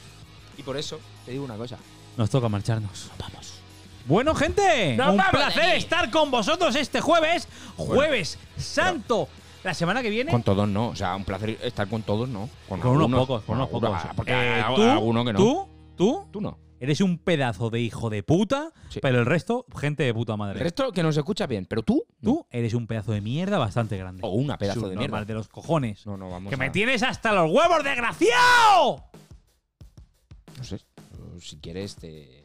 Speaker 1: Y por eso te digo una cosa.
Speaker 2: Nos toca marcharnos. Vamos. Bueno, gente,
Speaker 8: Nos
Speaker 2: un
Speaker 8: vamos de
Speaker 2: placer
Speaker 8: aquí.
Speaker 2: estar con vosotros este jueves. Jueves Santo. La semana que viene.
Speaker 1: Con todos no. O sea, un placer estar con todos no.
Speaker 2: Con unos pocos, con unos
Speaker 1: algunos,
Speaker 2: pocos.
Speaker 1: Porque
Speaker 2: Eh,
Speaker 1: hay
Speaker 2: tú,
Speaker 1: alguno que no.
Speaker 2: Tú, tú,
Speaker 1: Tú no.
Speaker 2: eres un pedazo de hijo de puta,
Speaker 1: Sí.
Speaker 2: pero el resto, gente de puta
Speaker 1: El
Speaker 2: madre.
Speaker 1: resto que nos escucha bien, pero tú, no.
Speaker 2: Tú eres un pedazo de mierda bastante grande.
Speaker 1: O una pedazo de
Speaker 2: Subnormal
Speaker 1: mierda.
Speaker 2: de los cojones.
Speaker 1: No, no, vamos.
Speaker 2: que
Speaker 1: a-
Speaker 2: me tienes hasta los huevos, desgraciado.
Speaker 1: No sé. Si quieres, te.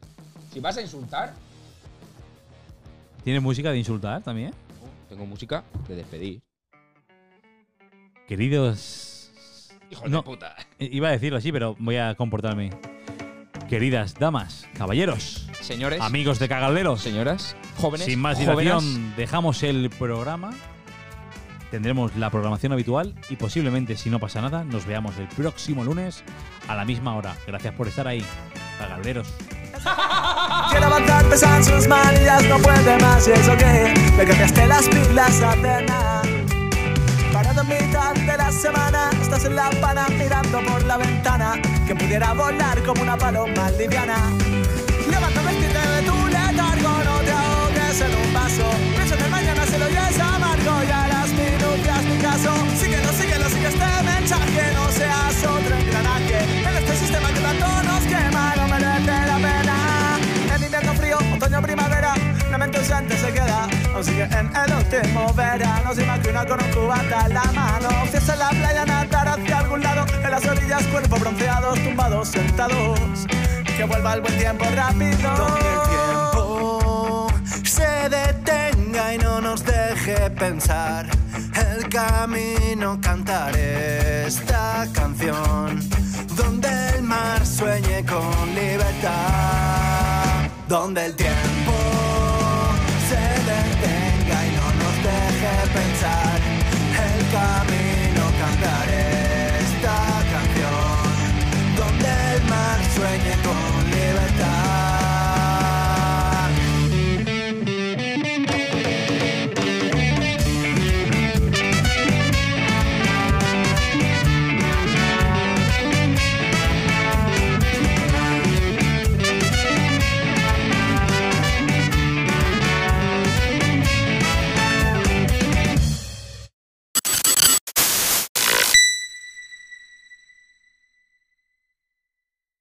Speaker 1: Si vas a insultar,
Speaker 2: ¿Tienes música de insultar también?
Speaker 1: tengo música de despedir.
Speaker 2: Queridos.
Speaker 1: Hijo
Speaker 2: No.
Speaker 1: de puta.
Speaker 2: Iba a decirlo así, pero voy a comportarme. Queridas damas, caballeros,
Speaker 1: Señores,
Speaker 2: amigos de cagalderos,
Speaker 1: señoras, jóvenes.
Speaker 2: sin más
Speaker 1: jóvenes,
Speaker 2: dilación, dejamos el programa. Tendremos la programación habitual y posiblemente, si no pasa nada, nos veamos el próximo lunes a la misma hora. Gracias por estar ahí, cagalderos.
Speaker 9: Quiero avanzar, pesan sus manillas, no puede más, y eso que le cambiaste las pilas a cena. Parado en mitad de la semana, estás en la pana mirando por la ventana, que pudiera volar como una paloma liviana. Levanta, vestite de tu letargo, no te ahogues en un vaso. Piensa en el mañana, si lo oyes amargo, y a las minutas mi caso. Síguelo, síguelo, sigue este mensaje, no seas otro engranaje. En este sistema que tanto nos quema, no merece la pena. En invierno frío, otoño, primavera, la mente ausente se queda. Aún sigue en el último verano, se imagina con un cubata en la mano. Fiesta en la playa, nadar hacia algún lado, en las orillas, cuerpo bronceados, tumbados, sentados. Que vuelva el buen tiempo rápido. Donde el tiempo se detenga y no nos deje pensar. El camino cantar esta canción. Donde el mar sueñe con libertad. Donde el tiempo